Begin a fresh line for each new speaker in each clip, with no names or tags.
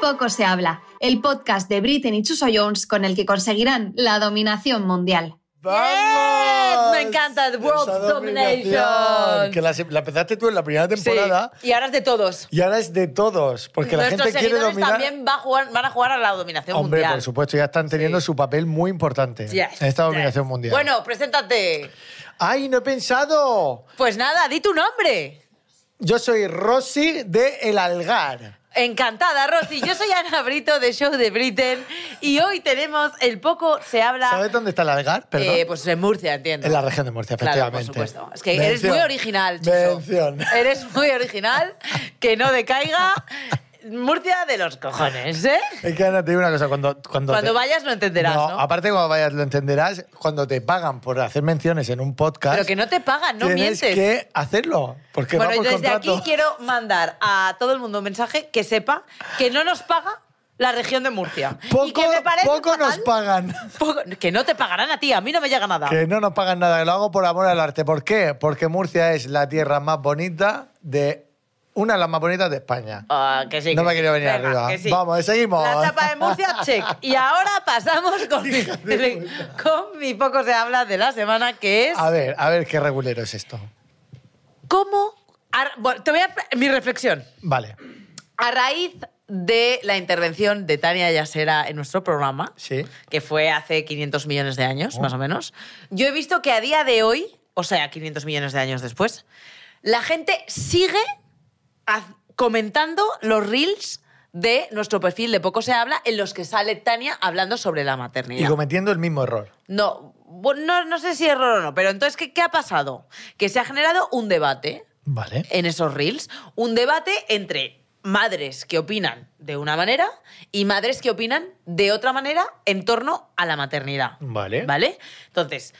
Poco se habla, el podcast de Britney y Chuso Jones con el que conseguirán la dominación mundial.
¡Vamos!
Me encanta, The World
Esa
Domination.
Que la, la empezaste tú en la primera temporada
Sí, y ahora es de todos.
y ahora es de todos, porque la
Nuestros
gente quiere
seguidores
dominar.
también va a jugar- van a jugar a la dominación
Hombre,
mundial.
por supuesto, ya están teniendo su papel muy importante
Yes,
en esta
yes.
dominación mundial.
Bueno, preséntate.
¡Ay, no he pensado!
Pues nada, di tu nombre.
Yo soy Rosy de El Algar.
Encantada, Rosy. Yo soy Ana Brito de Show de Britain y hoy tenemos el poco se habla.
¿Sabes dónde está El Algar? Perdón.
eh, pues en Murcia, entiendo.
en la región de Murcia,
Claro,
efectivamente.
por supuesto. Es que eres
Mención.
muy original, Chuso.
Mención.
Eres muy original, que no decaiga Murcia de los cojones, ¿eh?
Es que Ana, te digo una cosa, cuando... Cuando,
Cuando
te-
vayas lo entenderás, ¿no?
aparte cuando vayas lo entenderás, cuando te pagan por hacer menciones en un podcast...
Pero que no te pagan, no
tienes
mientes.
que hacerlo, porque
bueno,
va
y
por
desde
contrato.
aquí quiero mandar a todo el mundo un mensaje que sepa que no nos paga la región de Murcia. Y
Poco,
que me parece
poco nos
fatal.
pagan.
Poco- que no te pagarán a ti, a mí no me llega nada.
Que no nos pagan nada, que lo hago por amor al arte. ¿Por qué? Porque Murcia es la tierra más bonita de... Una de las más bonitas de España.
Ah, que sí,
No
que
me
sí.
quería venir
Venga,
arriba.
que sí.
Vamos, seguimos.
La chapa de Murcia, check. Y ahora pasamos con, mi,
Hija de puta.
con mi poco se habla de la semana, que es
A ver, a ver qué regulero es esto.
cómo... ar- bueno, te voy a... Mi reflexión.
Vale,
A raíz de la intervención de Tania Yasera en nuestro programa,
sí.
que fue hace 500 millones de años,
Oh.
más o menos, yo he visto que a día de hoy, o sea, 500 millones de años después, la gente sigue haz- comentando los reels de nuestro perfil de Poco se habla en los que sale Tania hablando sobre la
Y
maternidad.
cometiendo el mismo error.
No, bueno, no, no sé si error o no, pero entonces, ¿qué, ¿qué ha pasado? Que se ha generado un debate
Vale.
en esos reels un debate entre madres que opinan de una manera y madres que opinan de otra manera en torno a la maternidad.
Vale.
¿Vale? Entonces,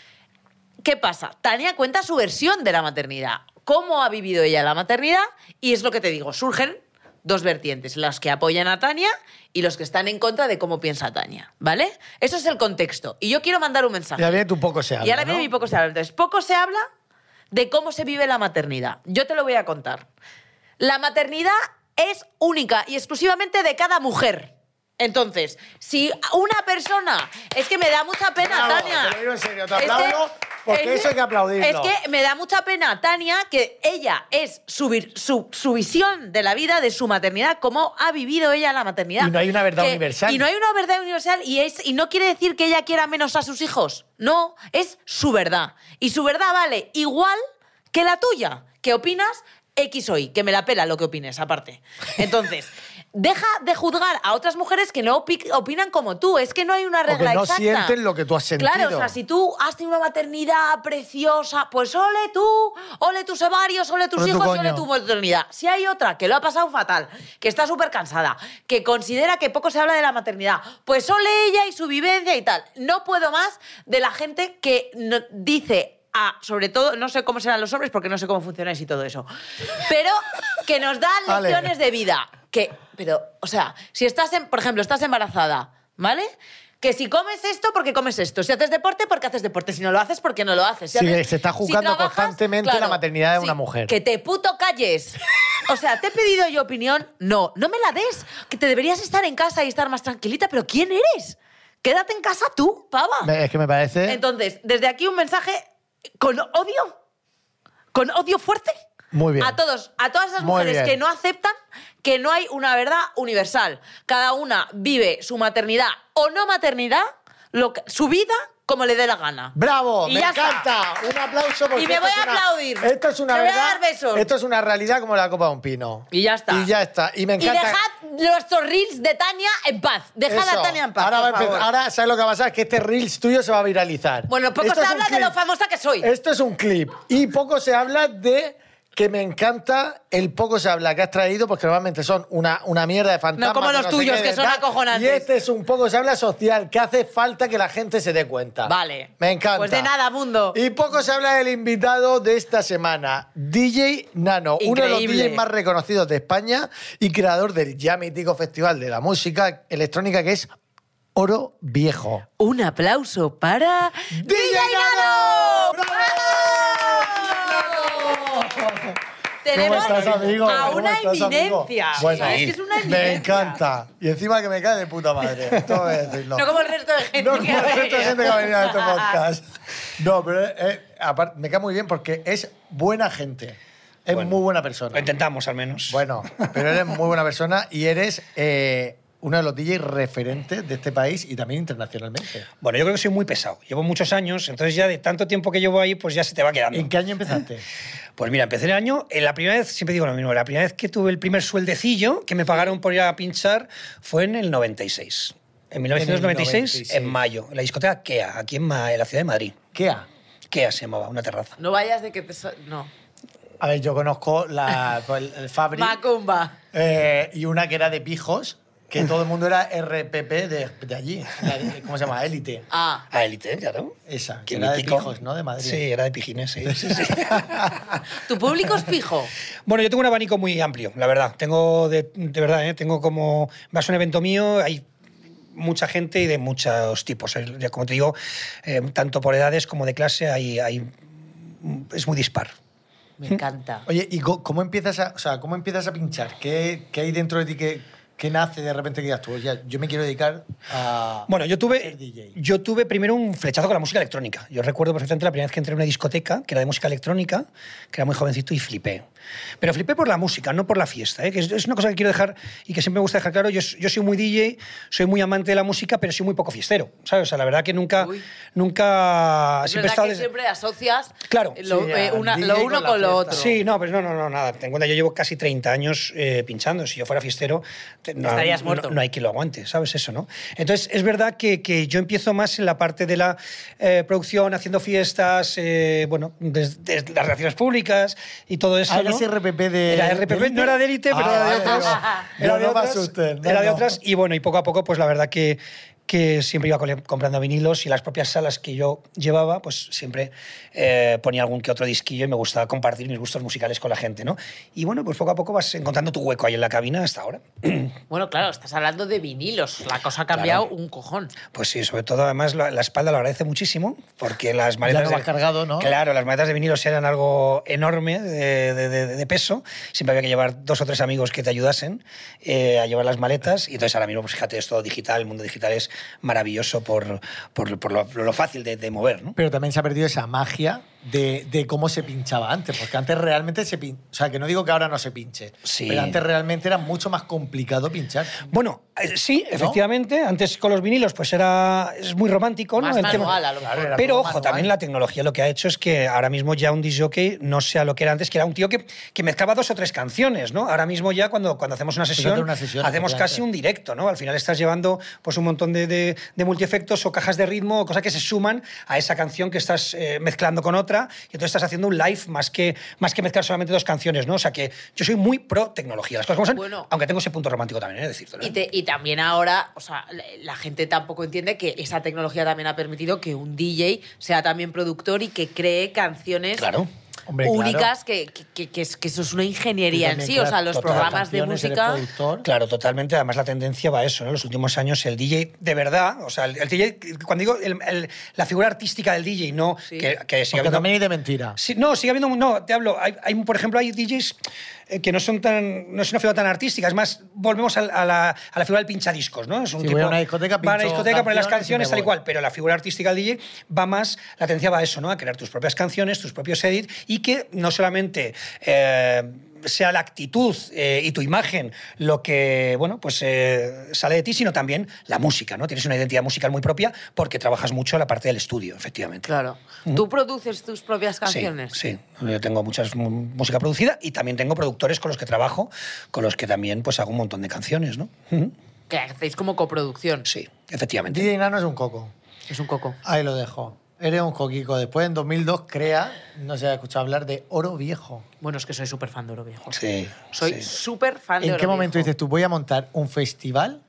¿qué pasa? Tania cuenta su versión de la maternidad, cómo ha vivido ella la maternidad y es lo que te digo, surgen dos vertientes, las que apoyan a Tania y los que están en contra de cómo piensa Tania, ¿vale? Eso es el contexto y yo quiero mandar un mensaje.
Y ahora viene tu poco se habla,
Y ahora viene
¿no?
mi poco se habla. Entonces, poco se habla de cómo se vive la maternidad. Yo te lo voy a contar. La maternidad es única y exclusivamente de cada mujer. Entonces, si una persona. Es que me da mucha pena,
Bravo,
Tania.
te lo digo en serio, te
Es que-
aplaudo, porque eso hay que aplaudirlo.
Es que me da mucha pena, Tania, que ella es su, vir- su, su visión de la vida, de su maternidad, cómo ha vivido ella la maternidad.
Y no hay una verdad
Que-
universal.
Y no hay una verdad universal y, es, y no quiere decir que ella quiera menos a sus hijos. No, es su verdad. Y su verdad vale igual que la tuya. ¿Qué opinas? X o Y, que me la pela lo que opines, aparte. Entonces, deja de juzgar a otras mujeres que no opi- opinan como tú. Es que no hay una
que
regla
no
exacta.
sienten lo que tú has
Claro,
sentido.
o sea, si tú has tenido una maternidad preciosa, pues ole tú, ole tus ovarios, ole tus
Ole tu
hijos, y ole
coño.
tu maternidad. Si hay otra que lo ha pasado fatal, que está súper cansada, que considera que poco se habla de la maternidad, pues ole ella y su vivencia y tal. No puedo más de la gente que no- dice... a- sobre todo, no sé cómo serán los hombres porque no sé cómo funcionáis y todo eso. Pero que nos dan
Ale.
lecciones de vida. Que, pero, o sea, si estás, en, por ejemplo, estás embarazada, ¿vale? Que si comes esto, porque comes esto. Si haces deporte, porque haces deporte. Si no lo haces, porque no lo haces. Si
Sí,
haces-
se está juzgando constantemente la maternidad de una mujer.
Que te puto calles. O sea, ¿te he pedido yo opinión? No, no me la des. Que te deberías estar en casa y estar más tranquilita, pero ¿quién eres? Quédate en casa tú, pava.
Me- Es que me parece...
Entonces, desde aquí un mensaje con odio, con odio fuerte.
Muy bien.
A todos, a todas esas
Muy
mujeres
bien.
que no aceptan que no hay una verdad universal. Cada una vive su maternidad o no maternidad, lo que- su vida como le dé la gana.
¡Bravo!
Y
¡Me
ya
encanta! Un aplauso porque
Y me
esto
voy
es una-
a aplaudir.
Esto es una
Me voy a
verdad.
dar besos.
Esto es una realidad como la copa de un pino.
Y ya está.
Y ya está. Y me
Y
encanta.
dejad nuestros reels de Tania en paz. Dejad
Eso.
a Tania en paz.
Ahora, va a
por
empezar-
favor.
ahora, ¿sabes lo que va a pasar? Que este Reels tuyo se va a viralizar.
Bueno, poco
Esto
se
es un
habla de
clip.
lo famosa que soy.
Esto es un clip. Y poco se habla de que me encanta el poco se habla que has traído, porque normalmente son una, una mierda de fantasmas.
No como
de
los
sé
tuyos,
qué,
que
de
son
tal.
acojonantes.
Y este es un poco se habla social, que hace falta que la gente se dé cuenta.
Vale.
Me encanta.
Pues de nada, mundo.
Y poco se habla del invitado de esta semana, DJ Nano, uno de los
Increíble.
DJs más reconocidos de España y creador del ya mítico Festival de la Música Electrónica, que es Oro Viejo.
Un aplauso para
¡DJ
Nano!
Nano! ¡Bravo!
¡Bravo! Tenemos
¿Cómo estás, amigo?
a
¿Cómo
una
estás, amigo?
eminencia.
Bueno,
Es que es una
me
eminencia.
encanta. Y encima que me cae de puta madre. Esto voy a decirlo.
No como el resto de gente.
No como
que
el
ha
resto de gente que
venido.
ha venido a este podcast. No, pero eh, eh, aparte, me cae muy bien porque es buena gente. Es
Bueno,
muy buena persona.
Lo intentamos, al menos.
Bueno, pero eres muy buena persona y eres eh, uno de los DJs referentes de este país y también internacionalmente.
Bueno, yo creo que soy muy pesado. Llevo muchos años, entonces ya de tanto tiempo que llevo ahí, pues ya se te va quedando.
¿En qué año empezaste?
Pues mira, empecé el año, en la primera vez, siempre digo lo mismo, la primera vez que tuve el primer sueldecillo que me pagaron por ir a pinchar fue en el 96. En 1996, en,
96.
mayo, en la discoteca KEA, aquí en, Ma- en la ciudad de Madrid.
¿Qué ha?
KEA se llamaba, una terraza.
No vayas de que te... so- No.
A ver, yo conozco la, pues, el, el Fabri
Macumba.
eh, y una que era de pijos, que todo el mundo era RPP de, de allí. La de- ¿Cómo se llama? Élite.
Ah.
A Elite, claro.
Esa, que
Qué
era de
mítico.
pijos, ¿no? De Madrid.
Sí, era de pijines, sí. sí, sí.
¿Tu público es pijo?
Bueno, yo tengo un abanico muy amplio, la verdad. Tengo, de, de verdad, ¿eh? tengo como. Vas a un evento mío, hay mucha gente y de muchos tipos. Eh, ya Como te digo, eh, tanto por edades como de clase, hay, hay- es muy dispar.
Me encanta.
Oye, ¿y co- cómo empiezas a, o sea, cómo empiezas a pinchar? ¿Qué, qué hay dentro de ti que, que nace de repente que digas tú? Oye, yo me quiero dedicar a...
Ah.
Bueno, yo
ser
tuve,
DJ.
yo tuve primero un flechazo con la música electrónica. Yo recuerdo perfectamente la primera vez que entré en una discoteca, que era de música electrónica, que era muy jovencito y flipé. Pero flipé por la música, no por la fiesta, ¿eh? que es, es una cosa que quiero dejar y que siempre me gusta dejar claro. Yo, s- yo soy muy DJ, soy muy amante de la música, pero soy muy poco fiestero. ¿sabes? O sea, la verdad que nunca...
Uy.
nunca
Es
siempre he
verdad
estado
que
desde-
siempre asocias
Claro.
lo,
Sí,
eh,
al
una-
DJ
lo
con
uno
la
con lo
fiesta.
otro.
Sí, no, pero no, no, no, nada. Ten en cuenta, yo llevo casi 30 años eh, pinchando. Si yo fuera fiestero, te- no,
Estarías
no-
muerto.
No, hay que lo aguante, ¿sabes eso, no? Entonces, es verdad que, que yo empiezo más en la parte de la eh, producción, haciendo fiestas, eh, bueno, desde las relaciones públicas y todo eso.
Ah, eras
¿no?
RPP de...
Era
de
RPP,
élite?
no era de élite, pero
Ah,
era de
vale,
otras.
digo,
Era
yo
de
no me
otras,
asustes, no,
era de
no.
otras. Y bueno, y poco a poco, pues la verdad que, que siempre iba cole- comprando vinilos y las propias salas que yo llevaba, pues siempre eh, ponía algún que otro disquillo y me gustaba compartir mis gustos musicales con la gente, ¿no? Y bueno, pues poco a poco vas encontrando tu hueco ahí en la cabina hasta ahora.
Bueno, claro, estás hablando de vinilos. La cosa ha cambiado
Claro.
un cojón.
Pues sí, sobre todo además la, la espalda lo agradece muchísimo porque las maletas...
no vas cargado, ¿no?
Claro, las maletas de vinilos eran algo enorme de, de- de- de peso. Siempre había que llevar dos o tres amigos que te ayudasen eh, a llevar las maletas. Y entonces ahora mismo, pues fíjate, es todo digital, el mundo digital es maravilloso por, por- por lo, lo fácil de, de mover, ¿no?
Pero también se ha perdido esa magia de, de cómo se pinchaba antes, porque antes realmente se pinchaba. O sea, que no digo que ahora no se pinche,
Sí.
pero antes realmente era mucho más complicado pinchar.
Bueno, eh, sí, efectivamente. Antes con los vinilos, pues era. Es muy romántico,
Más
¿no? El tema-
manual, a lo mejor.
Claro, era
Pero
todo
ojo,
manual.
también la tecnología lo que ha hecho es que ahora mismo ya un disjockey no sea lo que era antes, que era un tío que, que mezclaba dos o tres canciones, ¿no? Ahora mismo ya cuando, cuando hacemos una sesión,
hacer Pues una sesión,
hacemos
efectivamente.
casi un directo, ¿no? Al final estás llevando pues un montón de, de, de multiefectos o cajas de ritmo, o cosas que se suman a esa canción que estás eh, mezclando con otra y entonces estás haciendo un live más que, más que mezclar solamente dos canciones, ¿no? O sea que yo soy muy pro tecnología, las cosas como son,
Bueno.
aunque tengo ese punto romántico también, ¿eh? Decírtelo, ¿eh?
Y, te- y también ahora, o sea, la, la gente tampoco entiende que esa tecnología también ha permitido que un DJ sea también productor y que cree canciones
Claro.
Hombre, claro.
únicas, que, que- que- que es- que eso es una
Tú
ingeniería en
también
sí. O
creas
sea, los
todas las
programas de
canciones, eres
música.
productor.
Claro, totalmente. Además, la tendencia va a eso. ¿no? En los últimos años, el DJ de verdad, o sea, el, el DJ, cuando digo el- el- la figura artística del DJ, no
Sí.
que, que
Porque
sigue habiendo.
también hay de mentira.
Sí, no, sigue habiendo. No, te hablo. Hay, hay, por ejemplo, hay DJs eh, que no son tan. No es una figura tan artística. Es más, volvemos al- a, la, a la figura del pinchadiscos, ¿no? Es un
Sí,
tipo,
voy a una discoteca,
va a una
pincho
discoteca, pone
canciones
las
y me
canciones, tal y
voy.
cual. Pero la figura artística del DJ va más. La tendencia va a eso, ¿no? A crear tus propias canciones, tus propios edits y que no solamente. eh, sea la actitud eh, y tu imagen lo que bueno pues eh, sale de ti sino también la música no tienes una identidad musical muy propia porque trabajas mucho la parte del estudio efectivamente
Claro. ¿Tú produces tus propias
Sí,
canciones?
Sí, yo tengo mucha música producida y también tengo productores con los que trabajo, con los que también pues hago un montón de canciones, ¿no? Ujú.
Que hacéis como coproducción.
Sí, efectivamente.
DJ Nano es un coco.
Es un coco.
Ahí lo dejo. Eres un coquico. Después, en 2002, crea, no se ha escuchado hablar de Oro Viejo.
Bueno, es que soy súper fan de Oro Viejo.
Sí,
Soy
sí.
súper fan de
¿En
Oro
qué momento
Viejo.
dices tú, voy a montar un festival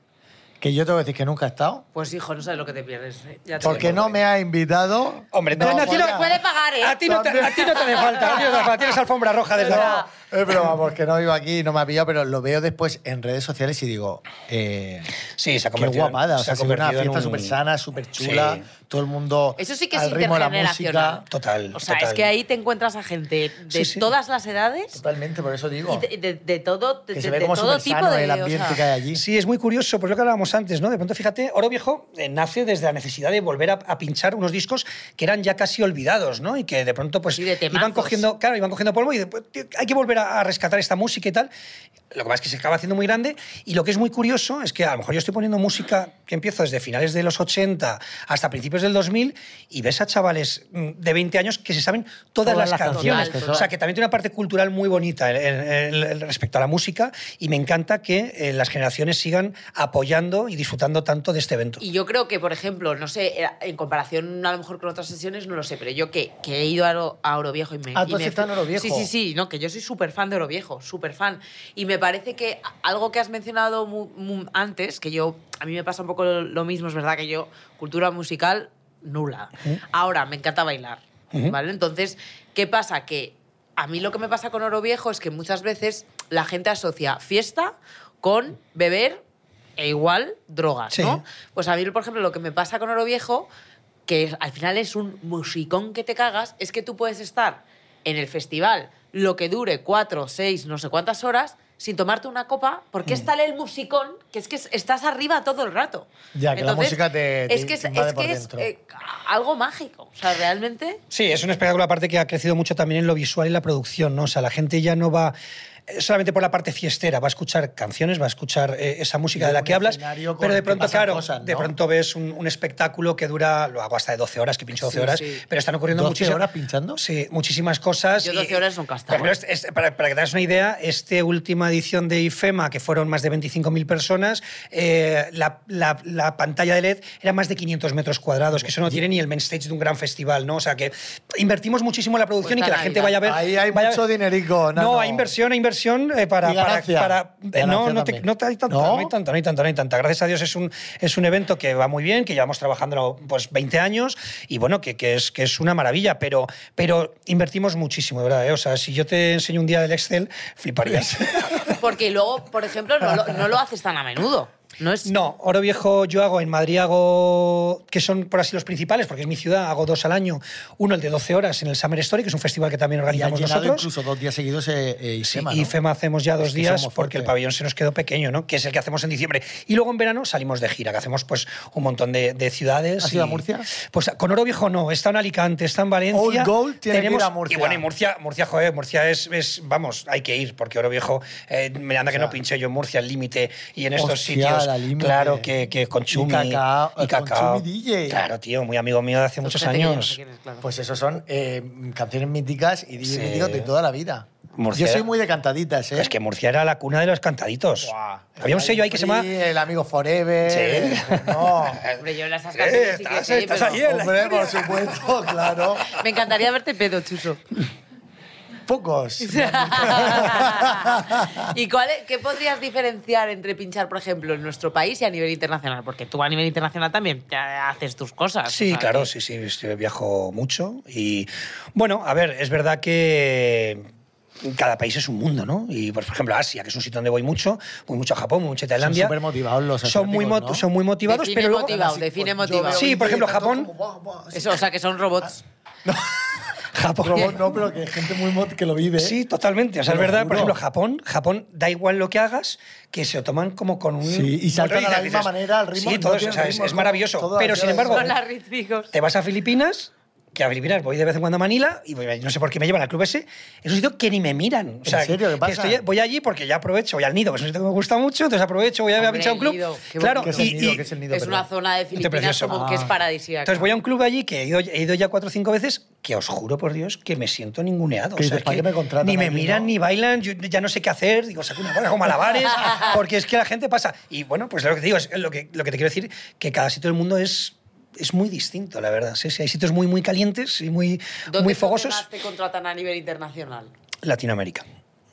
que yo tengo que decir que nunca he estado?
Pues hijo, no sabes lo que te pierdes. ¿eh? Ya te
Porque
digo.
no me ha invitado.
Hombre,
No,
tú- a ti
voy
no-
a-
puede pagar, ¿eh?
A ti no te, a ti no te hace falta, a ti no te hace falta, tienes alfombra roja desde
No,
ahora.
Eh, pero vamos, que no vivo aquí, no me ha pillado, pero lo veo después en redes sociales y digo, eh,
Sí, se ha
qué
convertido. en-
guapada. O sea,
ha
se ve una
convertido en
fiesta
un-
súper sana, súper chula,
Sí.
todo el mundo
Eso sí que es
al ritmo de la
intergeneracional.
música.
Total.
O sea,
total.
es que ahí te encuentras a gente de
Sí, sí.
todas las edades
Totalmente, por eso digo.
y de, de- de todo, de,
que se
de-
ve
de
como
todo
súper
tipo
sano
de.
el
o
ambiente
sea,
que hay allí.
Sí, es muy curioso, por lo que hablábamos antes, ¿no? De pronto, fíjate, Oro Viejo eh, nace desde la necesidad de volver a, a pinchar unos discos que eran ya casi olvidados, ¿no? Y que de pronto, pues,
Y de temazos.
iban cogiendo, claro, iban cogiendo polvo y después, tío, hay que volver a, a rescatar esta música y tal. Lo que pasa es que se acaba haciendo muy grande y lo que es muy curioso es que a lo mejor yo estoy poniendo música que empiezo desde finales de los 80 hasta principios del 2000 y ves a chavales mm, de 20 años que se saben todas, las, canciones.
que
eso-
o sea, que también tiene una parte cultural muy bonita el- el- el- respecto a la música y me encanta que eh, las generaciones sigan apoyando y disfrutando tanto de este evento.
Y yo creo que, por ejemplo, no sé, era- en comparación a lo mejor con otras sesiones, no lo sé, pero yo que, que he ido a, Oro- a Oroviejo y me...
Ah,
y
tú has
me
estado en
fui-
Oroviejo.
Sí, sí, sí, no, que yo soy súper fan de Oroviejo, súper fan. Y me parece que a- algo que has mencionado mu- mu- antes, que yo, a mí me pasa un poco lo, lo mismo, es verdad que yo, cultura musical, nula.
¿Eh?
Ahora, me encanta bailar, ¿vale? Entonces, ¿qué pasa? Que a mí lo que me pasa con Oroviejo es que muchas veces la gente asocia fiesta con beber e igual drogas,
Sí.
¿no? Pues a mí, por ejemplo, lo que me pasa con Oro Viejo, que es- al final es un musicón que te cagas, es que tú puedes estar en el festival lo que dure cuatro, seis, no sé cuántas horas sin tomarte una copa, porque
Mm.
es tal el musicón que es que es- estás arriba todo el rato.
Ya, que la música te- te
es que es,
invade
es
por
que es,
dentro.
eh, algo mágico. O sea, realmente...
Sí, es un espectáculo aparte que ha crecido mucho también en lo visual y la producción, ¿no? O sea, la gente ya no va eh, solamente por la parte fiestera, va a escuchar canciones, va a escuchar eh, esa música
Y
de la
un
que hablas,
escenario con
pero de
que
pronto,
pasan
claro,
cosas,
de
¿no?
pronto ves un, un espectáculo que dura, lo hago hasta de 12 horas, que pincho 12
Sí,
horas,
sí.
pero están ocurriendo
12
muchísimas...
horas pinchando?
Sí, muchísimas cosas.
Yo
y-
12 horas nunca he estado, ¿eh?
Por ejemplo, este- este- para, para que te hagas una idea, esta última edición de IFEMA, que fueron más de 25.000 personas, eh, la, la- la pantalla de LED era más de 500 metros cuadrados, que eso no tiene ni el main stage de un gran festival, ¿no? O sea que invertimos muchísimo en la producción
Pues
y que la
está
gente
Navidad.
vaya a ver...
Ahí hay
vaya a
mucho
ver-
dinerico.
No,
No,
hay inversión, hay inversión eh, para...
Y
para-
ganancia.
para-
Y
eh, no,
ganancia
no, te-
también.
no te- hay tanta,
¿No?
no hay tanta, no hay tanta, no hay tanta. Gracias a Dios es un, es un evento que va muy bien, que llevamos trabajando pues 20 años y bueno, que, que es, que es una maravilla, pero, pero invertimos muchísimo, de verdad. ¿eh? O sea, si yo te enseño un día del Excel, fliparías.
Porque luego, por ejemplo, no lo, no lo haces tan a menudo. No es...
No, Oro Viejo yo hago, en Madrid hago, que son por así los principales, porque es mi ciudad, hago dos al año. Uno, el de 12 horas en el Summer Story, que es un festival que también
Y ha
organizamos
llenado
nosotros.
incluso dos días seguidos eh, eh,
Sí,
IFEMA,
y
¿no?
FEMA hacemos ya dos
que
días
somos
porque el
fuertes.
pabellón se nos quedó pequeño, ¿no? Que es el que hacemos en diciembre. Y luego en verano salimos de gira, que hacemos pues un montón de, de ciudades.
¿Has
y-
ido a Murcia?
Pues con Oro Viejo no, está en Alicante, está en Valencia.
Old Gold tiene que
Tenemos-
ir a Murcia.
Y bueno, y Murcia, Murcia, joder, Murcia es, es- vamos, hay que ir, porque Oro Viejo, eh, me anda que no pinche yo en Murcia, el límite, y en estos
Hostia,
sitios.
la Límite.
Claro, que, que con
Y
Chumi.
Cacao,
y
eh, con
Cacao.
Chumi DJ.
Claro, tío, muy amigo mío de hace muchos
Fíjate que yo no sé
años.
quién es, claro.
Pues eso son eh, canciones míticas y DJs
Sí.
míticos de toda la vida.
Murcia.
Yo soy muy de cantaditas, ¿eh?
Es que Murcia era la cuna de los cantaditos.
Buah.
Había un sello ahí que se llama
Sí, El amigo Forever.
Sí.
No.
Hombre, yo en esas
Eh,
canciones sí que
estás-
sé,
estás
pero-
ahí, eh.
Hombre, por supuesto, claro.
Me encantaría verte pedo, Chuso.
Pocos.
¿Y cuál es- qué podrías diferenciar entre pinchar, por ejemplo, en nuestro país y a nivel internacional? Porque tú a nivel internacional también te haces tus cosas. o
Sí,
sea,
claro,
que-
sí, sí, sí, viajo mucho y bueno, a ver, es verdad que cada país es un mundo, ¿no? Y pues, por ejemplo Asia, que es un sitio donde voy mucho, voy mucho a Japón, voy mucho a Tailandia.
súper motivados los
Son muy,
asiáticos,
mot-
¿no?
son muy motivados,
Define
pero luego-
motivado, define motivado.
Sí, Ah, por ejemplo, Japón.
Eso, o sea, que son robots.
Japón.
Robot no, pero que hay gente muy mot que lo vive.
Sí, totalmente. O sea,
Te lo
es verdad, por
juro.
ejemplo, Japón, Japón da igual lo que hagas, que se lo toman como con un.
Sí, y saltan
con
a la
risas,
misma
dices,
manera, al ritmo,
Sí,
no
todo eso,
tienen
o sea, es-
ritmo,
es
todo-
maravilloso.
todo
Pero
hacia
sin embargo,
adelante.
Son las ritmicos.
Te vas a Filipinas, que a Filipinas voy de vez en cuando a Manila y voy- no sé por qué me llevan al club ese. Es un sitio que ni me miran. O sea,
serio? ¿Qué
que
pasa?
estoy- voy allí porque ya aprovecho, voy al nido, que es un sitio que me gusta mucho, entonces aprovecho, voy a,
Hombre,
a pinchar un
el
club.
nido, qué
claro,
¿Qué es
y-
el nido?
y-
¿Qué es el nido?
Es una
Perdón.
zona de Filipinas
Este precioso. Ah.
como que es paradisíaca.
entonces voy a un club allí que he ido, he ido ya cuatro o cinco veces, que os juro por Dios que me siento ninguneado.
Que
O sea,
dices,
es
¿para qué me contratan
ni me
aquí,
miran,
no?
ni bailan, yo ya no sé qué hacer, digo, saco una bola con malabares, porque es que la gente pasa. Y bueno, pues lo que te digo, es lo que, lo que te quiero decir, que cada sitio del mundo es, es muy distinto, la verdad. Sí, sí, hay sitios muy, muy calientes y muy,
¿Dónde
muy
es donde
fogosos.
más te contratan a nivel internacional?
Latinoamérica.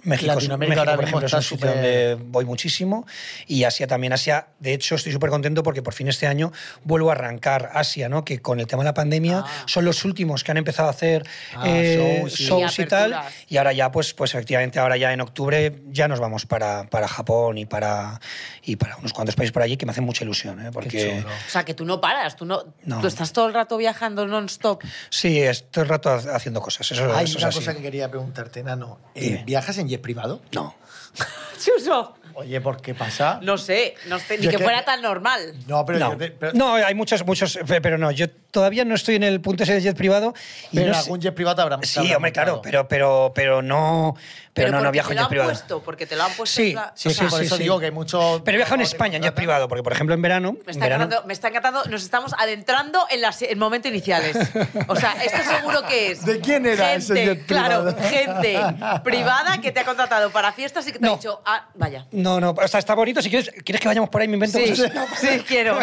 México, es-
Latinoamérica
México,
ahora
por
mismo
ejemplo, es un
está
sitio
súper-
donde voy muchísimo. Y Asia también. Asia, de hecho, estoy súper contento porque por fin este año vuelvo a arrancar Asia, ¿no? Que con el tema de la pandemia
Ah.
son los últimos que han empezado a hacer
Ah,
eh,
shows
shows,
y-
Y
y, tal.
aperturas.
Y ahora ya, pues, pues efectivamente, ahora ya en octubre ya nos vamos para, para Japón y para, y para unos cuantos países por allí que me hacen mucha ilusión, ¿eh? Porque...
chulo.
O sea, que tú no paras, tú no,
No.
tú estás todo el rato viajando non-stop.
Sí, estoy el rato ha- haciendo cosas. Eso,
Hay
eso es
una
así.
cosa que quería preguntarte, Nano. Eh,
Dime.
¿Viajas en jet privado?
No.
Chuso.
Oye, ¿por qué pasa?
No sé, no sé, ni
Yo
que
que-
fuera tan normal.
No, pero,
no.
yo te- pero-
No, hay muchos, muchos, pe- pero no, yo todavía no estoy en el punto ese de jet privado. Y
pero
no sé-
algún jet privado te habrá te
Sí,
habrá
hombre, claro,
montado.
pero, pero, pero no, pero no,
porque
no viajo
te
en
lo
jet
han
privado.
puesto, porque te lo han puesto.
Sí,
en la-
sí,
o
Sí,
sea,
por
sí,
eso
sí.
digo que hay mucho...
Pero viajo en España en jet privado, porque por ejemplo en verano,
Me
en
está,
verano
encantando, me está encantando, nos estamos adentrando en, las, en momentos iniciales. O sea, esto seguro que es.
¿De quién era ese
gente,
jet privado?
Claro, gente privada que te ha contratado para fiestas y que te ha
No.
dicho, ah, vaya.
no, no, o sea, está bonito. Si quieres, quieres que vayamos por ahí, me invento
Sí,
cosas.
sí, quiero.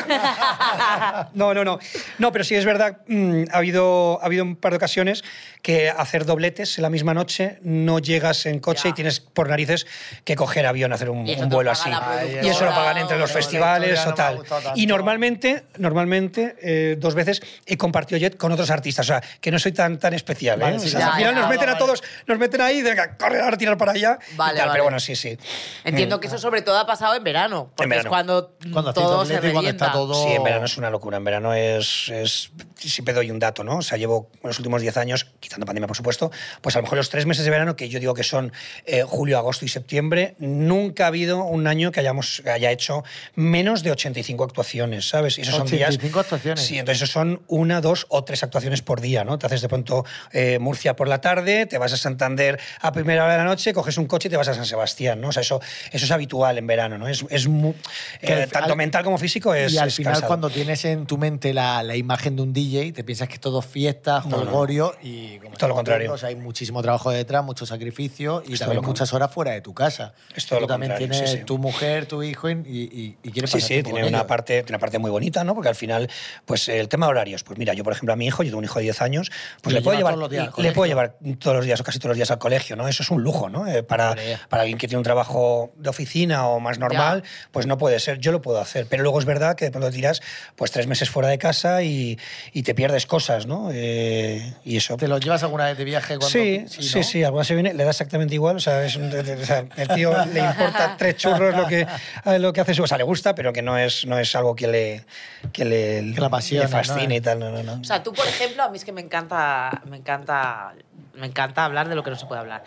No, no, no. No, pero sí es verdad, mm, ha habido, ha habido un par de ocasiones que hacer dobletes en la misma noche, no llegas en coche
Ya.
y tienes por narices que coger avión, hacer un,
Y eso
un
te lo
vuelo
paga
así.
la
Ay,
Y eso lo
productora
pagan entre
o
los
la
festivales
historia, no
o
me ha
tal.
gustado tanto.
y normalmente, normalmente eh, dos veces he compartido jet con otros artistas, o sea, que no soy tan, tan especial. ¿eh?
Vale,
O
sí,
sea,
sí,
al
sí.
final
Ya,
nos
ya,
meten a
vale.
todos, nos meten ahí, venga, corre ahora, tirar para allá. y
Vale,
tal.
vale.
Pero bueno, sí, sí.
Entiendo que eso sobre todo ha pasado en verano, porque
Eh,
es
verano.
cuando,
Cuando haces
todo se
doblete y cuando está
revienta.
todo-
Sí, en verano es una locura. En verano es, es. Siempre doy un dato, ¿no? O sea, llevo los últimos 10 años, quitando pandemia, por supuesto, pues a lo mejor los tres meses de verano, que yo digo que son eh, julio, agosto y septiembre, nunca ha habido un año que hayamos que haya hecho menos de 85 actuaciones, ¿sabes? Y esos son días.
85 actuaciones.
Sí, entonces esos son una, dos o tres actuaciones por día, ¿no? Te haces de pronto eh, Murcia por la tarde, te vas a Santander a primera hora de la noche, coges un coche y te vas a San Sebastián, ¿no? O sea, eso, eso es habitual en verano, ¿no? Es, es mu-
Que
eh,
al-
tanto
al-
mental como físico es.
y al
es
final,
cansado.
cuando tienes en tu mente la, la imagen de un DJ, te piensas que es todo fiesta,
No, no.
jolgorio y... como
Todo lo
estamos
contrario.
viendo, o sea, hay muchísimo trabajo detrás, mucho sacrificio y
Es todo
también
lo
muchas horas fuera de tu casa.
Es todo
Tú
lo
también
contrario,
tienes
sí, sí.
tu mujer, tu hijo y, y, y quieres
Sí,
pasar
sí,
tiempo
tiene
con
una,
ellos.
parte, tiene una parte muy bonita, ¿no? Porque al final, pues el tema de horarios. Pues mira, yo, por ejemplo, a mi hijo, yo tengo un hijo de 10 años, pues
Le
le, puedo,
lleva
llevar,
todos los días al
le
colegio.
puedo llevar todos los días o casi todos los días al colegio, ¿no? Eso es un lujo, ¿no? Eh, para,
Hombre.
para alguien que tiene un trabajo de oficina o más normal, pues no puede ser. Yo lo puedo hacer. Pero luego es verdad que de pronto tiras pues tres meses fuera de casa y, y te pierdes cosas, ¿no? Eh, y eso.
¿Te los llevas alguna vez de viaje? Cuando,
Sí, sí, sí,
¿no?
alguna se viene, le da exactamente igual. O sea, es un- o sea, el tío le importa tres churros lo que, a lo que hace su. O sea, le gusta, pero que no es, no es algo que le, que le,
Que la apasione,
le fascine
¿no?
y tal. No, no, no.
O sea, tú, por ejemplo, a mí es que me encanta, me encanta, me encanta hablar de lo que no se puede hablar.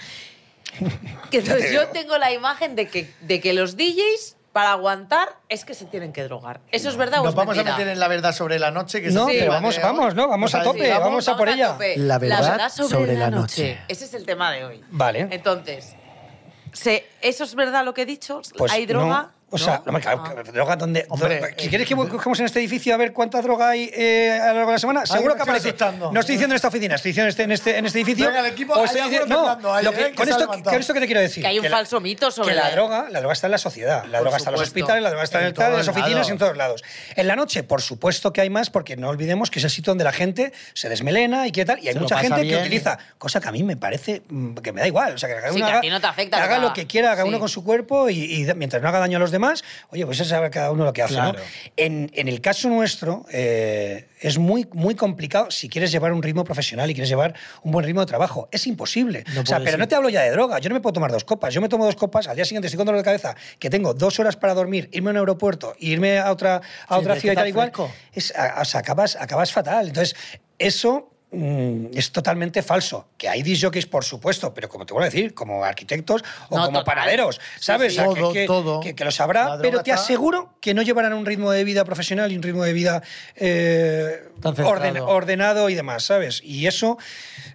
Que entonces yo tengo la imagen de que, de que los DJs para aguantar es que se tienen que drogar. ¿Eso es verdad o
Nos
es
vamos
mentira?
a meter en la verdad sobre la noche. Que
No,
es el
pero
tema
vamos,
de
vamos,
hoy.
¿no? Vamos a
Nos
tope,
adentramos-
vamos a por ella.
tope.
La verdad sobre la noche.
Ese es el tema de hoy.
Vale.
Entonces, ¿se- ¿eso es verdad lo que he dicho?
Pues
¿Hay droga?
no. O sea,
¿No?
no, me claro,
Ah.
droga donde.
Hombre,
droga- ¿Qué
eh,
¿Quieres que busquemos en este edificio a ver cuánta droga hay eh, a lo largo de la semana? Seguro
me
que
estoy
aparece.
asustando.
No estoy diciendo en esta oficina, estoy diciendo en este, en este, en este edificio.
Venga, el equipo,
O
hay
estoy
alguno
diciendo-
temblando ahí,
lo
eh, que
con,
se ha
esto,
levantado.
con esto que te quiero decir.
Que hay un
la-
falso mito sobre
que la
el-
droga, la droga está en la sociedad, la
Por
droga está en los
supuesto.
hospitales, la droga está en,
En
el tal, en
todos
las oficinas
lados.
y en todos lados. En la noche, por supuesto que hay más, porque no olvidemos que es el sitio donde la gente se desmelena y qué tal, y
Se
hay
lo
mucha
pasa
gente
bien.
que utiliza, cosa que a mí me parece mm, que me da igual, o sea, que cada
Sí,
uno
que a
haga,
ti no te afecta,
que haga
nada.
lo que quiera, haga
Sí.
uno con su cuerpo y, y da- mientras no haga daño a los demás, oye, pues eso sabe cada uno lo que hace. ¿no?
Claro.
En, en el caso nuestro, eh, es muy, muy complicado si quieres llevar un ritmo profesional y quieres llevar un buen ritmo de trabajo. Es imposible.
No
o sea,
puede
pero
ser.
no te hablo ya de droga. Yo no me puedo tomar dos copas. Yo me tomo dos copas, al día siguiente estoy con dolor de cabeza, que tengo dos horas para dormir, irme a un aeropuerto, irme a otra, a
Sí, pero
otra
es que
ciudad y tal
está
igual.
fresco.
Es, a- o sea, acabas, acabas fatal. Entonces, eso mm, es totalmente falso. Que hay disjockeys, por supuesto, pero como te vuelvo a decir, como arquitectos o
No,
como
total.
panaderos, ¿sabes?
sí.
O sea,
Todo,
que, que-
todo.
que- que lo
La
sabrá,
droga
pero te
está-
aseguro que no llevarán un ritmo de vida profesional y un ritmo de vida eh,
Tan centrado.
orden- ordenado y demás, ¿sabes? Y eso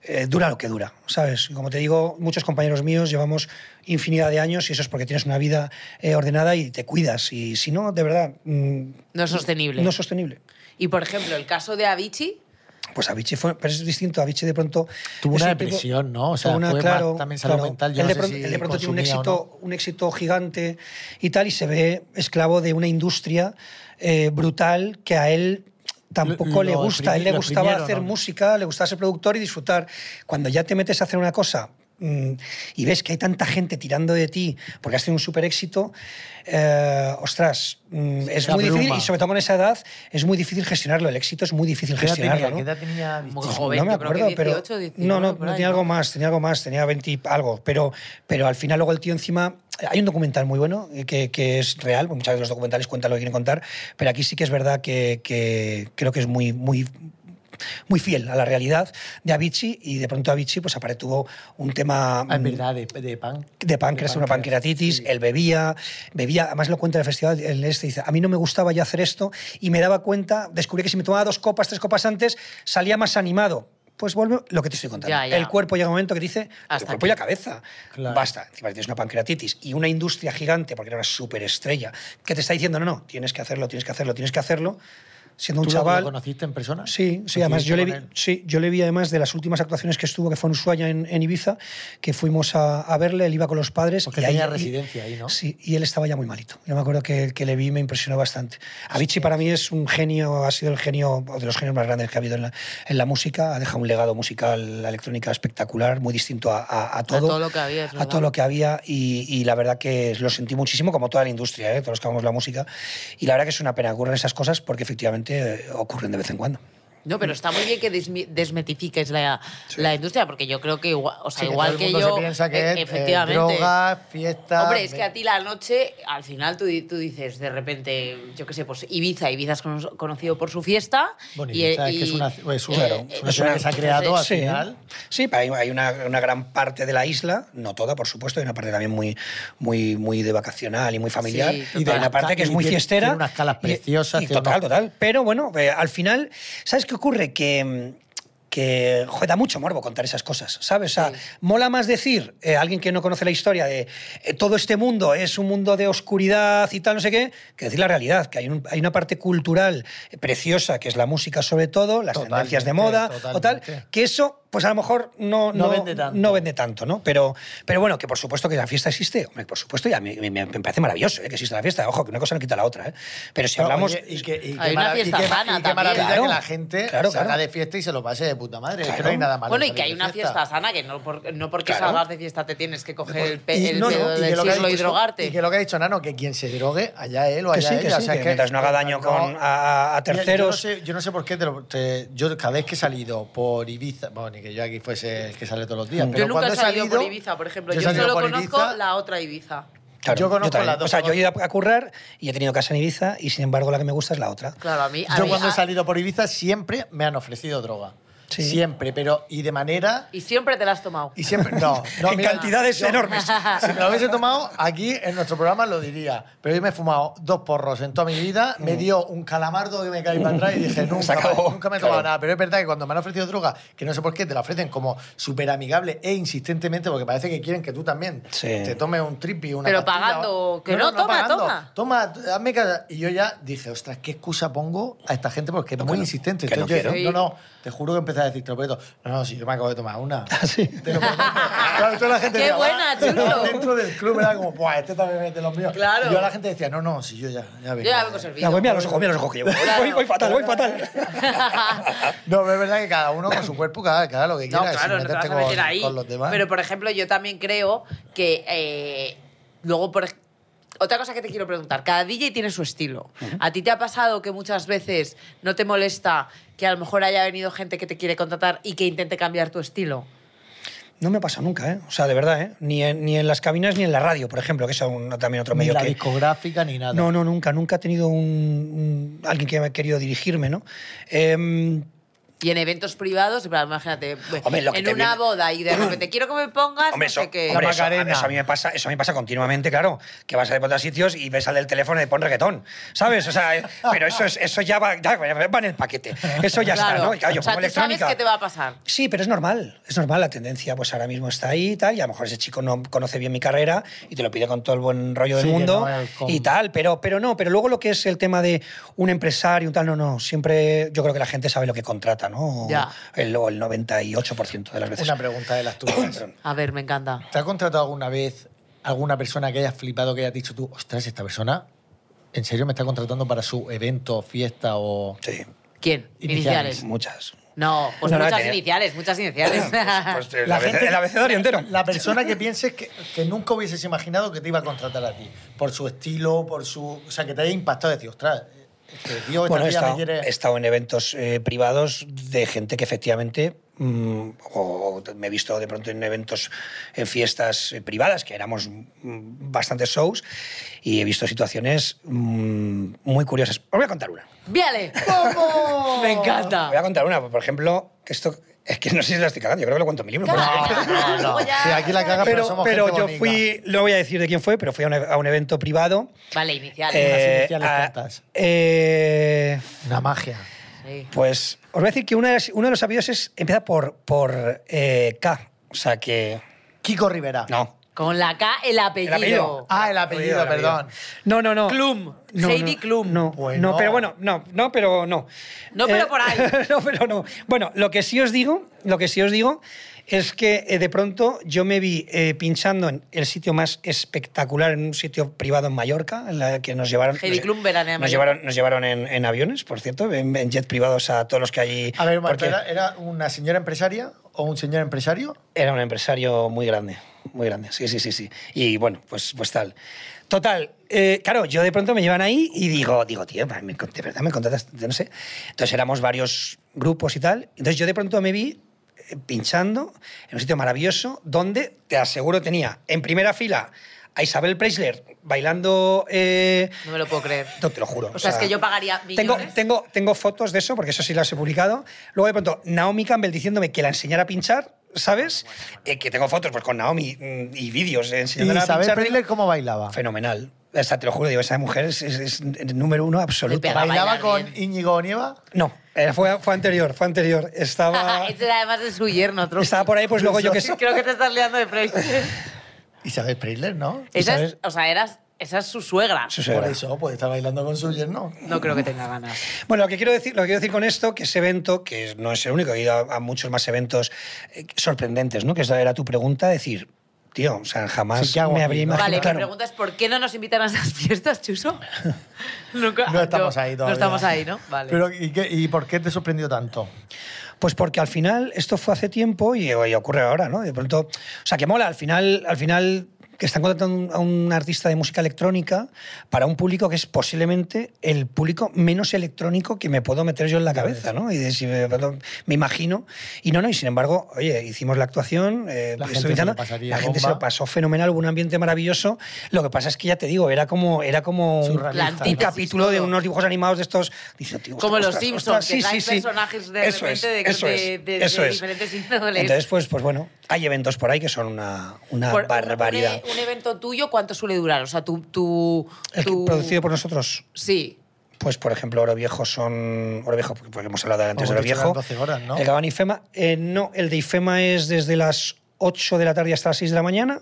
eh, dura lo que dura, ¿sabes? Y Como te digo, muchos compañeros míos llevamos infinidad de años y eso es porque tienes una vida eh, ordenada y te cuidas. Y si no, de verdad, mm,
No es sostenible.
no es sostenible.
Y, por ejemplo, el caso de Avicii,
Pues Avicii fue, pero es distinto. Avicii de pronto.
Tuvo
es
una
un tipo-
depresión, ¿no? O sea,
tuvo
fue más
claro,
también salud
claro.
mental. Yo
él,
no
de
sé
pronto,
si
él de pronto tiene un
consumía o
éxito, un éxito gigante y tal, y se ve esclavo de una industria eh, brutal que a él tampoco
Lo-
le
lo
gusta. A él
primi-
le
lo
gustaba
primero,
hacer
¿no?
música, le gustaba ser productor y disfrutar. Cuando ya te metes a hacer una cosa mm, y ves que hay tanta gente tirando de ti porque has tenido un super éxito, eh, ostras, mm, es
te
muy difícil
abruma.
y sobre todo en esa edad es muy difícil gestionarlo. El éxito es muy difícil
¿Qué edad
gestionarlo.
tenía?
¿no?
¿Qué edad tenía
Muy
Vichy?
joven,
no me
yo creo que
acuerdo, pero
18, 19,
no, no,
por
no
ahí,
tenía
¿no?
algo más, tenía algo más, tenía 20 y algo, pero, pero al final luego el tío encima, hay un documental muy bueno eh, que, que es real, porque muchas veces los documentales cuentan lo que quieren contar, pero aquí sí que es verdad que, que creo que es muy, muy muy fiel a la realidad de Avicii y de pronto Avicii pues apare tuvo un tema
Ah, es
mm,
verdad, de, de pan.
de páncreas, una pancreatitis, él bebía, bebía, además lo cuenta en el festival, él este dice, a mí no me gustaba yo hacer esto y me daba cuenta, descubrí que si me tomaba dos copas, tres copas antes, salía más animado. Pues vuelve lo que te estoy contando.
Ya, ya.
El cuerpo llega un momento que dice, el
Hasta
cuerpo
aquí.
y la cabeza.
Claro.
Basta, encima tienes una pancreatitis y una industria gigante, porque era una superestrella, que te está diciendo, no, no, tienes que hacerlo, tienes que hacerlo, tienes que hacerlo, siendo un
¿Tú lo-
chaval...
lo conociste en persona?
Sí, sí, además yo le, vi,
¿Coincidiste con él?
sí, yo le vi además de las últimas actuaciones que estuvo, que fue en Ushuaia, en, en Ibiza, que fuimos a, a verle, él iba con los padres.
Porque
y
tenía
ahí-
residencia ahí, ¿no?
Sí, y él estaba ya muy malito. Yo me acuerdo que, que le vi y me impresionó bastante. Avicii para mí es un genio, ha sido el genio, o de los genios más grandes que ha habido en la, en la música, ha dejado un legado musical, la electrónica espectacular, muy distinto a, a- a todo.
todo lo que había, es
A
verdad.
todo lo que había y, y la verdad que lo sentí muchísimo, como toda la industria, ¿eh? todos los que amamos la música. Y la verdad que es una pena que ocurran esas cosas porque efectivamente eh, ocurren de vez en cuando.
No, pero está muy bien que desmi- desmetifiques la, la industria, porque yo creo que igual, o sea,
Sí,
igual
todo el
que
mundo
yo.
se piensa que
e-
es, eh, droga, fiesta.
Hombre, es que a ti la noche, al final tú, di- tú dices de repente, yo qué sé, pues Ibiza. Ibiza es cono- conocido por su fiesta.
Bueno,
y- e,
Ibiza es que
y-
es una- es un-
eh,
es una ciudad que se ha
entonces,
creado así.
Sí,
Al final-
sí pero hay, hay una, una gran parte de la isla, no toda, por supuesto, hay una parte también muy, muy, muy de vacacional y muy familiar.
Sí,
y
total.
hay una parte que es muy
Y tiene-
fiestera.
tiene unas calas
y-
preciosas,
y
tiene
total,
unos-
total. Pero bueno, eh, al final, ¿sabes qué ocurre? Que mm, que joder, da mucho morbo contar esas cosas, ¿sabes? O sea,
Sí.
mola más decir eh, a alguien que no conoce la historia de eh, todo este mundo es un mundo de oscuridad y tal, no sé qué, que decir la realidad, que hay, un- hay una parte cultural preciosa, que es la música sobre todo, las
Totalmente,
tendencias de moda o tal,
totalmente.
que eso, pues a lo mejor no,
No
no,
vende tanto.
no vende tanto, ¿no? Pero, pero bueno, que por supuesto que la fiesta existe, hombre, por supuesto, y a mí me, me- me parece maravilloso ¿eh? que existe la fiesta, ojo, que una cosa no quita la otra, ¿eh? Pero si
Pero,
hablamos...
oye, y que, y
Hay
qué
una
marav-
fiesta
y qué ma-
sana
y qué
también.
maravilla
Claro,
que la gente
claro,
salga
claro.
de fiesta y se lo pase de puta madre. Es que no
Claro.
hay nada malo.
Bueno, y
salir
que hay
de
una fiesta sana, que no, por- no porque
Claro.
salgas de fiesta te tienes que coger el, pe-
Pues, Y-
el
no, no,
pedo
y que
del
lo que ha
siglo y
dicho-
drogarte.
Y que lo que ha dicho Nano, que quien se drogue, allá él o allá
Que sí,
ella.
que
o
sí,
sea,
que
es
mientras no haga daño
no-
con, a, a- a
Mira,
terceros...
Yo no sé, yo no sé por qué te lo- te- yo cada vez que he salido por Ibiza, bueno, ni que yo aquí fuese el que sale todos los días,
Yo
pero
yo nunca
cuando
he salido, por
salido-
Ibiza, por ejemplo.
yo he
Yo,
salido
solo
por
conozco
Ibiza.
la otra Ibiza.
Yo conozco
también.
las dos
O sea, yo he ido
cosas.
a currar y he tenido que salir a Ibiza y sin embargo la que me gusta es la otra.
Claro, a mí. a
Yo
mí- ah,
cuando he
a-
salido por Ibiza siempre me han ofrecido droga.
Sí.
Siempre, pero y de manera
Y siempre te la has tomado.
y siempre no, no
en
mira,
cantidades
yo-
enormes.
Si me lo hubiese tomado aquí en nuestro programa lo diría, pero yo me he fumado dos porros en toda mi vida, me dio un calamardo que me caí para atrás y dije,
Mm. Se
nunca,
acabó,
más, nunca me he tomado
claro.
nada, pero es verdad que cuando me han ofrecido droga, que no sé por qué, te la ofrecen como súper amigable e insistentemente porque parece que quieren que tú también
Sí.
te tomes un tripi, una
Pero
pastilla
pagando,
o-
que no, toma, toma.
Toma, hazme caso. Y yo ya dije, ostras, ¿qué excusa pongo a esta gente? Porque es muy
no,
insistente.
que no
Entonces yo
quiero.
dije, no, no, te juro que empecé a decir, te lo prometo. No, no, si yo me acabo de tomar una.
sí.
Te lo prometo. Claro, toda la gente
Qué
decía,
buena,
"Ah",
chulo.
Dentro del club era como, ¡buah, este también es de los míos!
Claro.
Y yo a la gente decía, no, no, si yo ya, ya vengo.
Yo ya vengo servido.
Ya, voy, Ah, pues mira los ojos, mira los ojos que llevo. Voy-
Claro.
Voy, voy fatal, voy fatal.
No, pero es verdad que cada uno con su cuerpo, cada, cada lo que quiera.
No,
sin
claro, no te
meterte
vas a
con-
meter ahí.
Con los demás.
Pero, por ejemplo, yo también creo que eh, luego, por ej- otra cosa que te quiero preguntar, cada DJ tiene su estilo. ¿A ti te ha pasado que muchas veces no te molesta que a lo mejor haya venido gente que te quiere contratar y que intente cambiar tu estilo?
No me pasa nunca, ¿eh? O sea, de verdad, ¿eh? Ni en, ni en las cabinas ni en la radio, por ejemplo, que es un- también otro
ni
medio
la
que...
discográfica ni nada.
No, no, nunca. Nunca he tenido un, un- alguien que me ha querido dirigirme, ¿no? Em,
Y en eventos privados, en plan, imagínate, pues,
Hombre, lo que
en
te
una
viene-
boda y de repente quiero que me pongas,
Hombre,
no
eso,
sé qué.
hombre,
La
eso- a ver,
Macarena.
eso a mí me pasa, eso a mí me pasa continuamente, claro, que vas a otros sitios y ves al del teléfono y pon reggaetón, ¿sabes? O sea, eh, pero eso es, eso ya va, ya va en el paquete. Eso ya
Claro.
está, ¿no? Y claro, yo
o sea,
pongo
tú sabes
electrónica.
qué te va a pasar.
Sí, pero es normal, es normal, la tendencia pues ahora mismo está ahí y tal, y a lo mejor ese chico no conoce bien mi carrera y te lo pide con todo el buen rollo del
Sí, que
mundo
no es con-
y tal, pero, pero no, pero luego lo que es el tema de un empresario y tal, no, no, siempre yo creo que la gente sabe lo que contrata, ¿no?
Ya.
El, o el 98% de las veces.
Una pregunta de las tuyas.
A ver, me encanta.
¿Te ha contratado alguna vez alguna persona que hayas flipado, que hayas dicho tú, ostras, esta persona en serio me está contratando para su evento, fiesta o...
Sí,
¿Quién?
Iniciales.
Iniciales.
muchas.
No, pues
No, no,
muchas
tenía-
iniciales, muchas iniciales.
Pues el,
La
abe-
gente-
el abecedario entero.
La persona que pienses que, que nunca hubieses imaginado que te iba a contratar a ti, por su estilo, por su. O sea, que te haya impactado, decir, ostras, es que Dios, esta
Bueno,
tía
he
Pues me
estado,
quiere-
he estado en eventos eh, privados de gente que efectivamente, mm, o me he visto de pronto en eventos, en fiestas eh, privadas, que éramos mm, bastantes shows, y he visto situaciones mm, muy curiosas. Os voy a contar una.
¡Viale!
Oh.
¡Vamos!
Me
Os voy a
encanta.
contar una, por ejemplo, que esto es que no sé si la estoy cagando, yo creo que lo cuento en mi libro. pero-
Claro.
No, no, no.
Ya.
Sí, aquí la cagas, pero,
Pero,
somos
pero
gente
yo
bonita.
fui, no voy a decir de quién fue, pero fui a un, e- a un evento privado.
Vale, iniciales.
eh,
iniciales
a-
cuentas.
eh,
Una magia.
sí.
Pues os voy a decir que una de las- uno de los apellidos es, empieza por, por eh, K. O sea que.
Kiko Rivera.
No.
Con la K, el apellido.
apellido.
Ah, el apellido,
El apellido.
perdón.
No, no, no.
Klum.
No,
Heidi
no,
Klum.
No,
Bueno.
Pues no, pero bueno, no, no, pero no. Eh,
No, pero por ahí.
no, pero no. Bueno, lo que sí os digo, lo que sí os digo es que eh, de pronto yo me vi eh, pinchando en el sitio más espectacular, en un sitio privado en Mallorca, en la que nos llevaron.
Heidi
nos-
Klum veranea en
nos
Mallorca.
llevaron, nos llevaron en, en aviones, por cierto, en, en jet privados a todos los que allí.
A ver, Marta,
porque
¿era, era una señora empresaria o un señor empresario?
era un empresario muy grande, muy grande, sí, sí, sí, sí. Y bueno, pues, pues tal. Total, eh, claro, yo de pronto me llevan ahí y digo, digo, tío, me con- de verdad me contratas, Yo no sé. Entonces éramos varios grupos y tal. Entonces yo de pronto me vi eh, pinchando en un sitio maravilloso donde, te aseguro, tenía en primera fila a Isabel Preisler bailando... eh,
No me lo puedo creer.
no, te lo juro.
O sea, es que yo pagaría
Tengo,
millones.
tengo, tengo fotos de eso, porque eso sí las he publicado. Luego, de pronto, Naomi Campbell diciéndome que la enseñara a pinchar, ¿sabes? Eh, que tengo fotos pues, con Naomi mm, y vídeos eh,
¿Y
enseñándola a
Isabel
pinchar.
Preisler cómo bailaba?
Fenomenal. O sea, te lo juro, digo, esa mujer es, es- es el número uno absoluto.
Le pega.
¿Bailaba
bailar
con
bien.
Íñigo Nieva?
No, eh, fue, fue anterior, fue anterior. Estaba,
Este era además de su yerno, otro.
estaba por ahí, pues luego yo que sé.
Creo que te estás liando de Frey.
Isabel Preisler, ¿no?
Esa es,
sabes?
o sea, eras, esa es su suegra.
Su
Por
suegra.
eso, pues está bailando con su yerno.
No creo que tenga ganas.
Bueno, lo que quiero decir, lo que quiero decir con esto, que ese evento, que no es el único, he ido a, a muchos más eventos eh, sorprendentes, ¿no? Que esa era tu pregunta, decir, tío, o sea, jamás
Sí, ¿qué hago
me
aquí,
habría
no?
imaginado.
Vale,
Claro.
mi pregunta es ¿por qué no nos invitan a esas fiestas, Chuso? Nunca-
No estamos ahí todavía.
No estamos ahí, ¿no? Vale.
Pero, ¿y, qué- ¿Y por qué te sorprendió tanto?
Pues porque al final, esto fue hace tiempo y, y ocurre ahora, ¿no? De pronto, o sea, que mola, al final, al final que están contratando a un artista de música electrónica para un público que es posiblemente el público menos electrónico que me puedo meter yo en la cabeza, ¿no? Y de- si me, me imagino. Y no, no, y sin embargo, oye, hicimos la actuación, eh,
La
estoy
gente se
pensando,
lo pasaría
la gente se
bomba.
lo pasó fenomenal, hubo un ambiente maravilloso. Lo que pasa es que ya te digo, era como, era como un,
Surrealista,
un
Plantitas y
capítulo de
todo.
unos dibujos animados de estos. Dice, tío,
Como los
ostras, ostras,
Simpsons,
ostras,
que traen personajes de
Eso es,
repente de-
eso
de-
es,
de- de
eso es.
diferentes índoles.
Entonces, pues, pues bueno, hay eventos por ahí que son una, una
Por- un-
Ah, barbaridad.
Un, un evento tuyo, ¿cuánto suele durar? O sea, tu... tu,
El que-
tu-
producido por nosotros,
Sí.
pues por ejemplo, Oro Viejo son. Oro Viejo, porque porque hemos hablado antes de
Como
Oro
que son
Viejo.
12 horas, ¿no?
El Gabán IFEMA. eh, no, el de IFEMA es desde las 8 de la tarde hasta las 6 de la mañana.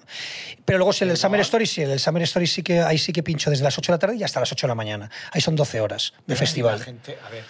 Pero luego si el del Summer Story, sí, el del Summer Story sí que ahí sí que pincho desde las 8 de la tarde y hasta las 8 de la mañana. Ahí son 12 horas de
La
festival.
gente, a ver.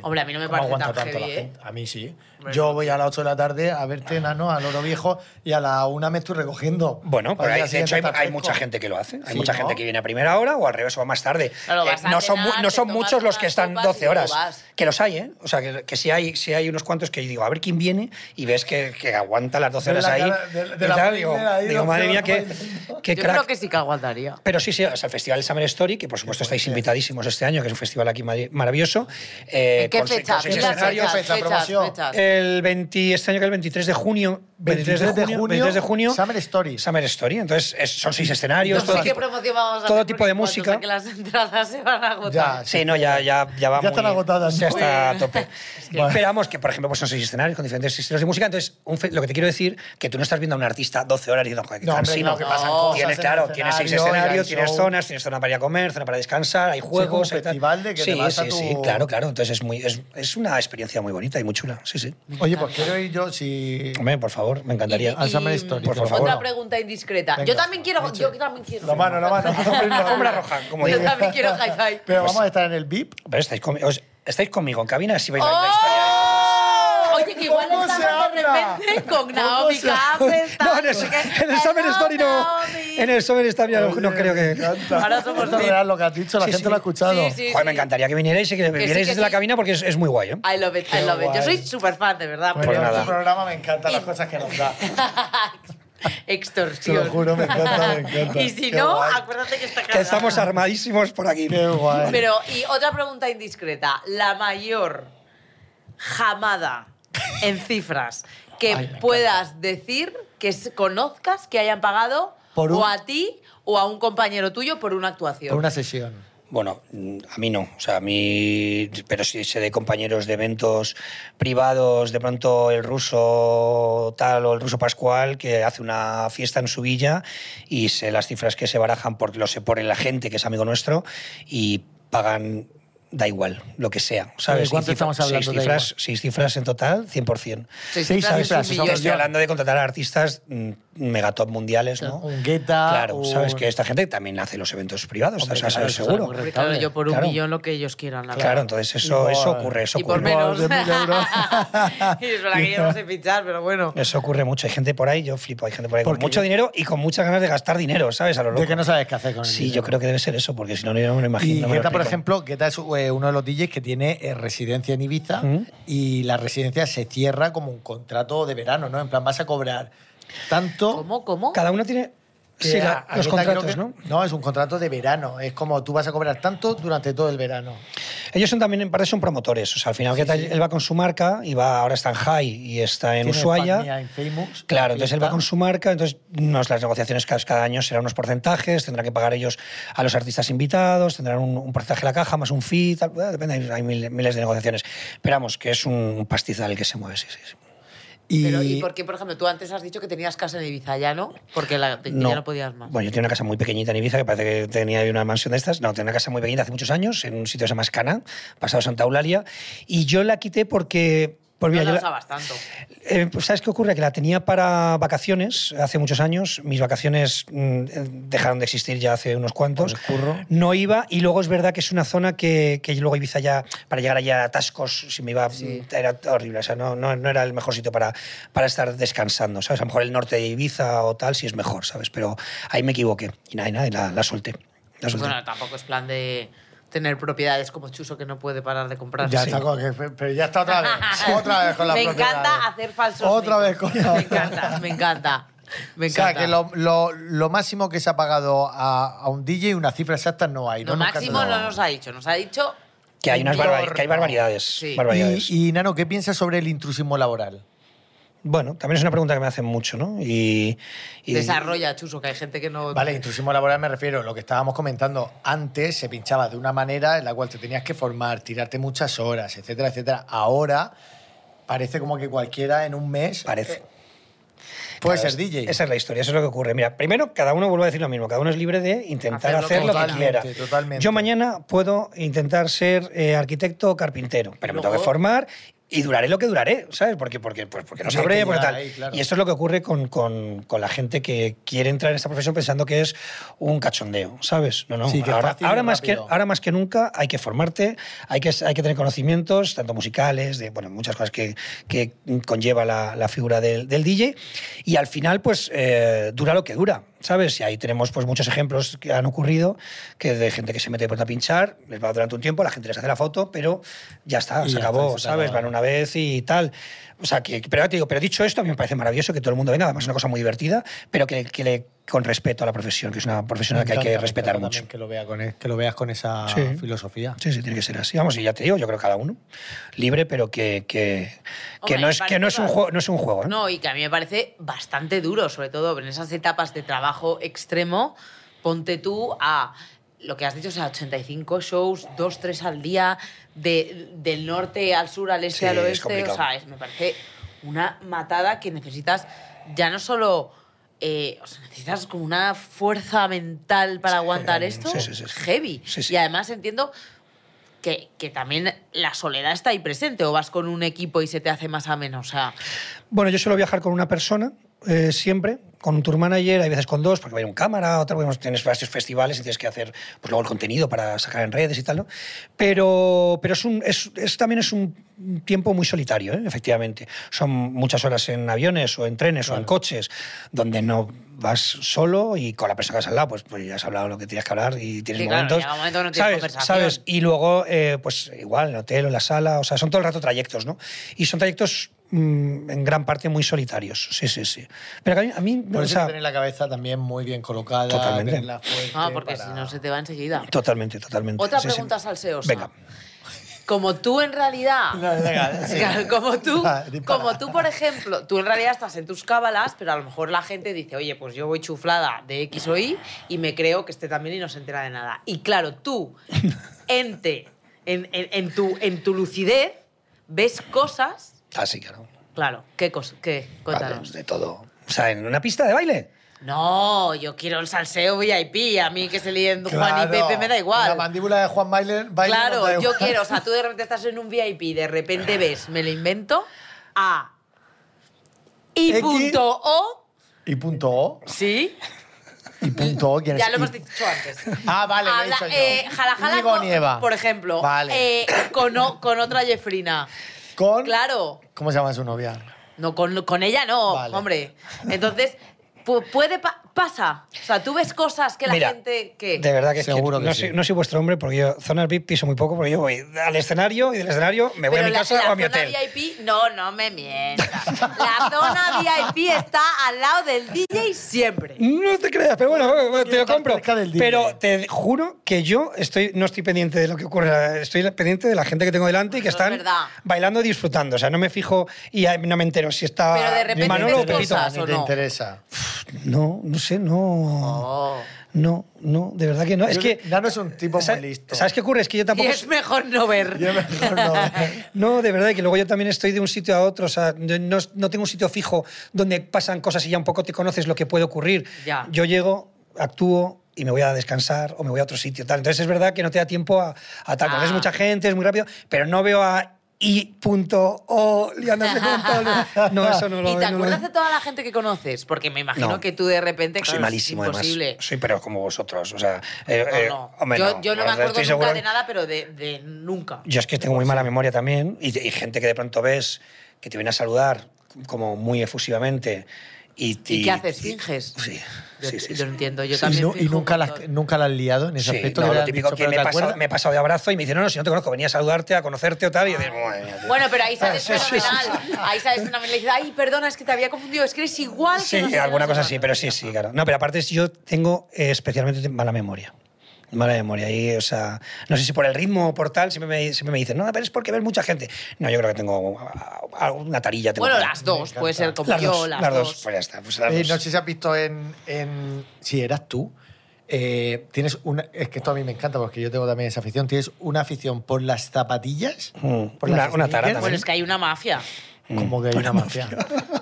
Hombre, a mí no me
¿cómo
parece
aguanta
tan
tanto
heavy,
la
¿eh?
gente? A mí sí.
Hombre,
Yo voy a las 8 de la tarde a verte, nano, al oro viejo, y a la una me estoy recogiendo.
Bueno,
Al
pero
día
hay, de hecho
Pues
hay,
siguiente está
hay
fresco.
mucha gente que lo hace. Hay
Sí,
mucha
¿no?
gente que viene a primera hora o al revés o más tarde. Eh,
Claro, vas a
no son,
cenar,
mu- no
te
son
tomas
muchos los que
unas
están
copas y
12
luego
horas.
vas.
Que los hay, ¿eh? O sea, que, que sí, hay, sí hay unos cuantos que digo, a ver quién viene y ves que, que aguanta las 12
Ves
horas
la
ahí.
cara de- de
y
la
tal,
familia
digo,
ahí,
digo, madre
12
mía, qué,
horas bailando".
qué
Yo
crack.
creo que sí que aguantaría.
Pero sí, sí, o sea, el Festival Summer Story, que por supuesto estáis invitadísimos este año, que es un festival aquí mari- maravilloso. eh,
¿En qué
con-
fecha?
con seis
¿Qué
Fechas,
escenarios,
fecha?
fechas,
fecha,
fechas,
promoción.
fechas.
el 20, este año que el 23 de junio. 23, de, junio, 23 de junio.
Summer Story.
Summer Story. Entonces, es- son seis escenarios.
No
todo
sé qué
tipo-
promoción vamos a
todo
hacer
tipo
porque
de
en cuanto
música.
saquen las entradas se van a agotar.
Ya,
Sí, no, ya, ya, ya va
Ya están
muy-
agotadas,
Ya
¿no?
está a
Muy-
tope. Esperamos que, por ejemplo, pues son seis escenarios con diferentes estilos de música. Entonces, un fe- lo que te quiero decir, que tú no estás viendo a un artista 12 horas y diciendo, joder, qué
No, hombre,
cansino".
claro que pasan
No.
cosas en
Tienes,
el
claro, tienes seis
escenario,
escenarios,
hay
tienes
show.
zonas, tienes zona para ir a comer, zona para descansar, hay
como un
juegos. hay tal.
festival de que te
Sí,
vas a
sí,
tu-
sí, claro, claro. Entonces es, muy, es, es una experiencia muy bonita y muy chula. Sí, sí.
Oye, pues quiero ir yo si...
Hombre, por favor, me encantaría.
al Summer Story,
por
otra
favor.
pregunta indiscreta.
Venga,
yo también quiero. Yo también quiero.
La mano, la mano.
Una alfombra roja, como
Yo
digo.
también quiero hi-fi.
Pero vamos a estar en el VIP.
Pero estáis, conmi- os- estáis conmigo en cabina, si vais a la historia.
¡Oh! Oye, que igual
¿Cómo se
estamos de
habla?
repente con
¿Cómo
Naomi
se-
Campbell.
No,
tal,
el, en el Summer Story no. En el Summer Story no, no creo que.
Ahora somos
Esto es
team.
real lo que has dicho, la
Sí,
gente
sí.
lo ha escuchado.
Sí, sí.
Joder, me encantaría que vinierais y que
sí,
vivierais
que
desde
sí.
la cabina porque es, es muy guay, ¿eh?
I love it, I love it. Yo soy súper fan, de verdad.
Bueno,
Pues
en
nada.
tu Este programa me encantan las cosas que nos da. Te
Extorsión.
lo juro, me encanta, me encanta.
Y si
Qué
no,
guay.
acuérdate que está
Que
cargada.
estamos armadísimos por aquí.
Qué guay.
Pero, y otra pregunta indiscreta. La mayor jamada en cifras que
Ay, me
puedas decir que s- conozcas que hayan pagado
Por un-
o a ti o a un compañero tuyo por una actuación.
Por una sesión.
Bueno, mm, a mí no. O sea, a mí. Pero sí sé de compañeros de eventos privados, de pronto el ruso tal o el ruso Pascual, que hace una fiesta en su villa y sé las cifras que se barajan porque lo se pone la gente que es amigo nuestro y pagan. Da igual, lo que sea. ¿sabes?
¿De cuánto
Y
estamos hablando?
Seis
Da igual.
cifras, seis cifras en total, 100%.
Seis
Seis
cifras es
cifras, eso
un millón.
Yo-
Estoy
yo-
hablando de contratar a artistas mm, megatop mundiales, ¿no?
Un guetta.
Claro,
un-
sabes que esta gente también hace los eventos privados,
Hombre,
o sea,
claro,
sabes
eso es
seguro.
muy
Porque, claro, yo por un
Claro.
millón lo que ellos quieran. La
Claro, entonces eso,
Igual.
eso ocurre, eso
Y por
ocurre.
menos.
Igual, de mil euros.
y es verdad que yo
Ah,
no sé fichar, pero bueno.
Eso ocurre mucho. Hay gente por ahí, yo flipo, hay gente por ahí con
Porque-
mucho dinero y con muchas ganas de gastar dinero, ¿sabes? A lo
De que
loco.
no sabes qué hacer con el
Sí,
dinero.
yo creo que debe ser eso, porque si no, no yo no me lo imagino.
Y
no me lo
Guetta, por
explico.
ejemplo, Guetta es eh, uno de los DJs que tiene eh, residencia en Ibiza
Ujú.
y la residencia se cierra como un contrato de verano, ¿no? En plan, vas a cobrar tanto...
¿Cómo, cómo?
Cada uno tiene
que
sí,
a-
la-
a
los
Guetta creo
contratos,
que-
¿no?
No, es un contrato de verano. Es como tú vas a cobrar tanto durante todo el verano.
Ellos son también, en parte, son promotores. O sea, al final, Guetta, él va con su marca y va, ahora está en High y está en
Tiene
Ushuaia.
Spagnia en Famous,
Claro,
la
entonces él
fiesta.
va con su marca, entonces nos, las negociaciones cada, cada año serán unos porcentajes, tendrán que pagar ellos a los artistas invitados, tendrán un, un porcentaje a la caja, más un fee, tal, eh, depende, hay, hay mil- miles de negociaciones. Pero vamos, que es un pastizal que se mueve, sí, sí. sí.
Y,
Pero, ¿y por qué, por ejemplo, tú antes has dicho que tenías casa en Ibiza, ya no? Porque la, que ya no podías más.
Bueno, yo tenía una casa muy pequeñita en Ibiza, que parece que tenía ahí una mansión de estas. No, tenía una casa muy pequeñita hace muchos años, en un sitio que se llama Escana, pasado Santa Eulalia, y yo la quité porque... Pues mira,
no
yo
la
la-
usabas tanto.
Eh, pues, ¿Sabes qué ocurre? Que la tenía para vacaciones hace muchos años. Mis vacaciones mm, dejaron de existir ya hace unos cuantos.
Por el curro.
No iba y luego es verdad que es una zona que, que luego Ibiza ya, para llegar allá a atascos, si me iba, mm,
Sí.
era horrible. O sea, no, no, no era el mejor sitio para, para estar descansando, ¿sabes? A lo mejor el norte de Ibiza o tal sí es mejor, ¿sabes? Pero ahí me equivoqué. Y nada, y nada, y la, la solté. La solté.
Pues Bueno, tampoco es plan de tener propiedades como Chuso que no puede parar de comprar.
ya
Sí.
está con- pero ya está otra vez. Otra vez con la
Me
propiedad.
encanta hacer falsos
Otra
mitos.
vez con la-
Me encanta, me encanta. Me
O sea,
encanta.
que lo, lo- lo máximo que se ha pagado a, a un DJ, una cifra exacta no hay.
Lo
Nos
máximo
cansa-
no nos ha dicho, nos ha dicho...
Que hay unas
Entorno.
barbaridades. Que hay barbaridades.
Sí.
barbaridades.
Y, y, Nano, ¿qué piensas sobre el intrusismo laboral?
Bueno, también es una pregunta que me hacen mucho, ¿no? Y, y-
Desarrolla, Chuso, que hay gente que no...
Vale, intrusismo laboral me refiero a lo que estábamos comentando. Antes se pinchaba de una manera en la cual te tenías que formar, tirarte muchas horas, etcétera, etcétera. Ahora parece como que cualquiera en un mes
Parece.
puede
Claro,
ser DJ.
Esa es la historia, eso es lo que ocurre. Mira, primero, cada uno vuelve a decir lo mismo, cada uno es libre de intentar
Hacer lo
hacer
que
lo que
totalmente,
quiera.
totalmente.
Yo mañana puedo intentar ser eh, arquitecto o carpintero, pero me tengo que
Luego-
formar y duraré lo que duraré, ¿sabes? Porque, porque, pues, porque no
Tiene que
sabré, porque
llegar
tal.
ahí, claro.
Y esto es lo que ocurre con, con- con la gente que quiere entrar en esta profesión pensando que es un cachondeo, ¿sabes? No, no.
Sí, que
ahora,
fácil y
ahora más que,
rápido.
ahora más que nunca hay que formarte, hay que, hay que tener conocimientos, tanto musicales, de bueno, muchas cosas que, que conlleva la, la figura del, del DJ. Y al final, pues, eh, dura lo que dura, ¿sabes? Y ahí tenemos pues, muchos ejemplos que han ocurrido, que de gente que se mete por a pinchar, les va durante un tiempo, la gente les hace la foto, pero ya está,
Y
se
ya
acabó,
está, se
¿sabes?
acabó.
Van una vez y tal. O sea, que, pero ya te digo, pero dicho esto, a mí me parece maravilloso que todo el mundo venga, además es una cosa muy divertida, pero que, que le con respeto a la profesión, que es una profesión a la que hay
Me
que
encanta, me
respetar
encanta
mucho.
también Que lo, vea con e- que lo veas con esa
Sí.
filosofía.
Sí, sí, tiene que ser así. Vamos, y ya te digo, yo creo que cada uno libre, pero que, que, que
Hombre,
no, es,
parece
que no es un
que-
juego. No es un juego ¿eh?
No, y que a mí me parece bastante duro, sobre todo en esas etapas de trabajo extremo. Ponte tú a lo que has dicho, o sea, 85 shows, 2, 3 al día, de- del norte al sur, al este,
Sí,
al
es
oeste. o
complicado.
sea, es- me parece una matada que necesitas ya no solo. eh, o sea, necesitas como una fuerza mental para aguantar esto.
sí, sí, sí, sí.
Heavy.
Sí, sí.
Y además entiendo que, que también la soledad está ahí presente. O vas con un equipo y se te hace más ameno. O sea,
Bueno, yo suelo viajar con una persona eh, siempre con un tour manager, hay veces con dos, porque va a ir un cámara, otra, porque tienes varios festivales y tienes que hacer pues, luego el contenido para sacar en redes y tal, ¿no? Pero, pero es un, es, es- también es un tiempo muy solitario, ¿eh? efectivamente. Son muchas horas en aviones o en trenes o en coches, donde no vas solo y con la persona que has hablado, pues, pues ya has hablado lo que tenías que hablar y tienes
Sí, claro,
momentos...
llega un momento que no tienes
¿sabes?
conversación.
¿Sabes? Y luego, eh, pues igual, en el hotel o en la sala, o sea, son todo el rato trayectos, ¿no? Y son trayectos mm, en gran parte muy solitarios, sí, sí, sí. Pero a mí, a mí
Por
o
eso hay
sea,
que tener la cabeza también muy bien colocada.
Totalmente.
tenerla fuerte
Ah, porque
para-
si no se te va enseguida.
totalmente, totalmente.
Otra
Eh, sí, sí.
pregunta salseosa.
Venga.
Como tú en realidad...
Venga, sí.
Claro, como tú,
Va, dispara.
como tú, por ejemplo, tú en realidad estás en tus cábalas, pero a lo mejor la gente dice, oye, pues yo voy chuflada de X o Y y me creo que esté también y no se entera de nada. Y claro, tú, ente, en, en- en tu, en tu lucidez, ves cosas.
Ah, sí, claro.
Claro, ¿qué cosas? ¿Qué?
Vale, pues
Cuéntanos.
de todo. O sea, en una pista de baile.
No, yo quiero el salseo VIP, a mí que se líen Juan y
Claro,
Pepe me da
La
igual.
mandíbula de Juan Bailer. Bailer nos da
Claro, yo
igual.
quiero, o sea, tú de repente estás en un VIP y de repente ves, me lo invento, a y
X.
punto o,
Y punto O.
sí,
Y punto O. ¿quién es?
ya lo
Y-
hemos dicho antes.
Ah, vale, lo he
Habla-
dicho yo.
eh, jala, jala
Íñigo
con-
Nieva.
por ejemplo,
Vale.
eh, con, o- con otra Jeffrina.
con.
Claro,
¿Cómo se llama su novia?
no, con, con ella no,
Vale.
hombre. Entonces, pu- puede, pa- pasa, o sea, tú ves cosas que la
Mira,
gente, que
De verdad que
Seguro que
no,
sí.
soy, no soy vuestro hombre porque yo zonas VIP piso muy poco porque yo voy al escenario y del escenario me voy a mi
la-
casa
la
o a mi
zona
hotel.
VIP, no, no me mientas. La zona VIP está al lado del DJ siempre.
No te creas, pero bueno, bueno, te lo
estar
compro.
cerca del DJ.
Pero te juro que yo estoy, no estoy pendiente de lo que ocurre, estoy pendiente de la gente que tengo delante y que
Eso es
están
verdad.
bailando y disfrutando. O sea, no me fijo y ahí no me entero si está
Pero de repente
Manolo
ves
o Pepito.
cosas.
Ni
o
te
no?
interesa.
No, no sé, no.
Oh.
No, no, de verdad que no. Es
Yo-
que.
Nano es un tipo
¿sabes-
muy listo.
¿Sabes qué ocurre? Es que yo
Y
tampoco.
es mejor no ver.
Yo mejor no.
No, de verdad, que luego yo también estoy de un sitio a otro. O sea, yo no, no tengo un sitio fijo donde pasan cosas y ya un poco te conoces lo que puede ocurrir.
Ya.
Yo llego, actúo y me voy a descansar o me voy a otro sitio. Tal. Entonces es verdad que no te da tiempo a, a tal.
Ah.
Conoces mucha gente, es muy rápido, pero no veo a I.O. liándose con todo. No, eso no lo
¿Y te
no lo-
acuerdas de toda la gente que conoces? Porque me imagino
No.
que tú de repente.
soy
claro,
malísimo,
es
además.
imposible.
Soy pero como vosotros. O sea, eh,
No,
eh,
no.
hombre,
yo, yo no me
Estoy
acuerdo nunca
seguro-
de nada, pero de, de nunca.
Yo es que tengo muy mala memoria también y, y gente que de pronto ves que te viene a saludar como muy efusivamente y...
¿Y
y-
qué haces?
y-
¿Finges?
Sí,
Yo,
sí, sí.
yo
sí.
no entiendo. Yo
Y,
también.
nu- y
fijo un
nunca,
montón.
las, nunca la has liado en ese
Sí,
aspecto.
no,
que le
lo
han
típico
dicho,
que
pero
me he,
¿te
pasado,
acuerdas?
me he pasado de abrazo y me dicen, no, no, si no te conozco, venía a saludarte, a conocerte o tal, y dices, madre mía, tío".
Bueno, pero ahí sabes
Sí, sí, sí, sí.
fenomenal. Ahí sabes fenomenal. Le dices, ay, perdona, es que te había confundido. Es que eres igual que.
Sí,
no sé qué, pues, no
alguna
sé
cosa
cuánto".
así, pero sí, sí, claro. No, pero aparte es- yo tengo eh, especialmente mala memoria. Mala memoria. Y, o sea, no sé si por el ritmo o por tal, siempre me, siempre me dicen, no, pero es porque ves mucha gente. No, yo creo que tengo ah, ah, una tarilla. Tengo
Bueno,
por ahí.
las dos. Puede ser como
Las
yo,
dos,
las,
las dos.
dos.
Pues ya está. Pues las
Eh,
dos.
no sé si has visto en. en- si eras tú. eh, tienes una, es que esto a mí me encanta porque yo tengo también esa afición. Tienes una afición por las zapatillas,
Mm,
por
una-
las
una tara
sneakers,
también.
Bueno, es que hay una mafia. Mm.
Como que hay una mafia.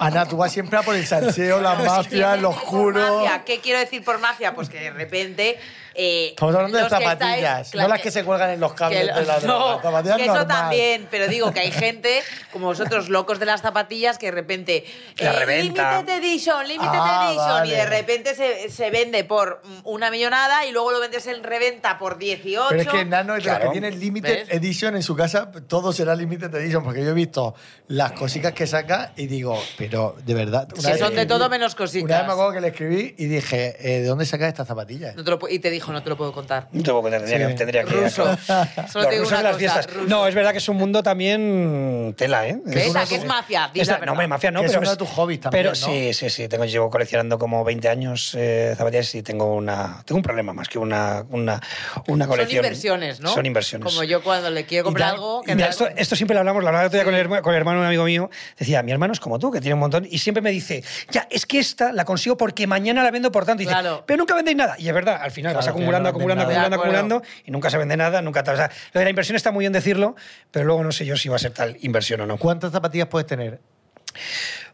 Ana, tú vas siempre a por el salseo, la mafia,
Simplemente
lo
por
juro.
mafia. ¿Qué quiero decir por mafia? Pues que de repente. eh,
Estamos hablando de
los que
zapatillas,
estáis-
no las que se cuelgan en los
que
cables
lo-
de la droga.
no,
zapatillas
que eso
normal.
también, pero digo que hay gente como vosotros locos de las zapatillas que de repente "Eh,
La reventa.
limited edition, limited
Ah,
edition y de
vale.
repente se, se vende por mm, una millonada y luego lo vendes en reventa por 18.
Pero es que Nano es de los
Claro.
que tiene Limited
¿Ves?
Edition en su casa, todo será Limited Edition, porque yo he visto las cositas que saca y digo, pero de verdad.
Que
vez
son
le
de todo
escribí-
menos cositas.
Una vez me acuerdo que le escribí y dije, eh, ¿de dónde sacas estas zapatillas?
No te lo pu- y te dijo, no te lo puedo contar.
No te puedo contar, tendría,
Sí.
que, tendría que-
Ruso. Solo
Los
te digo
rusos
una
de las
cosa,
fiestas.
ruso.
No, es verdad que es un mundo también tela, ¿eh?
¿Ves?
una-
¿A qué es mafia? Di la
Esta-
verdad.
no, hombre, mafia no,
Que es
pero
uno de tus hobbies también,
Pero
¿no?
sí, sí, sí. Tengo, llevo coleccionando como 20 años eh, zapatillas y tengo una, tengo un problema más que una, una, una
Son
colección.
inversiones, ¿no?
Son inversiones.
Como yo cuando le quiero comprar
Y tal-
algo.
y
que
mira,
me-
esto, esto siempre lo hablamos, la hablaba el otro día con el, herma- con el hermano de un amigo mío. Decía, mi hermano es como tú, que tiene un montón. Y siempre me dice, ya, es que esta la consigo porque mañana la vendo por tanto. Y dice,
Claro.
pero nunca vendéis nada. Y es verdad, al final
Claro,
vas
al final
acumulando,
no vendes
acumulando,
nada.
acumulando,
De
acumulando. Y nunca se vende nada, nunca tal. O sea, lo de la inversión está muy bien decirlo, pero luego no sé yo si va a ser tal inversión o no.
¿Cuántas zapatillas puedes tener?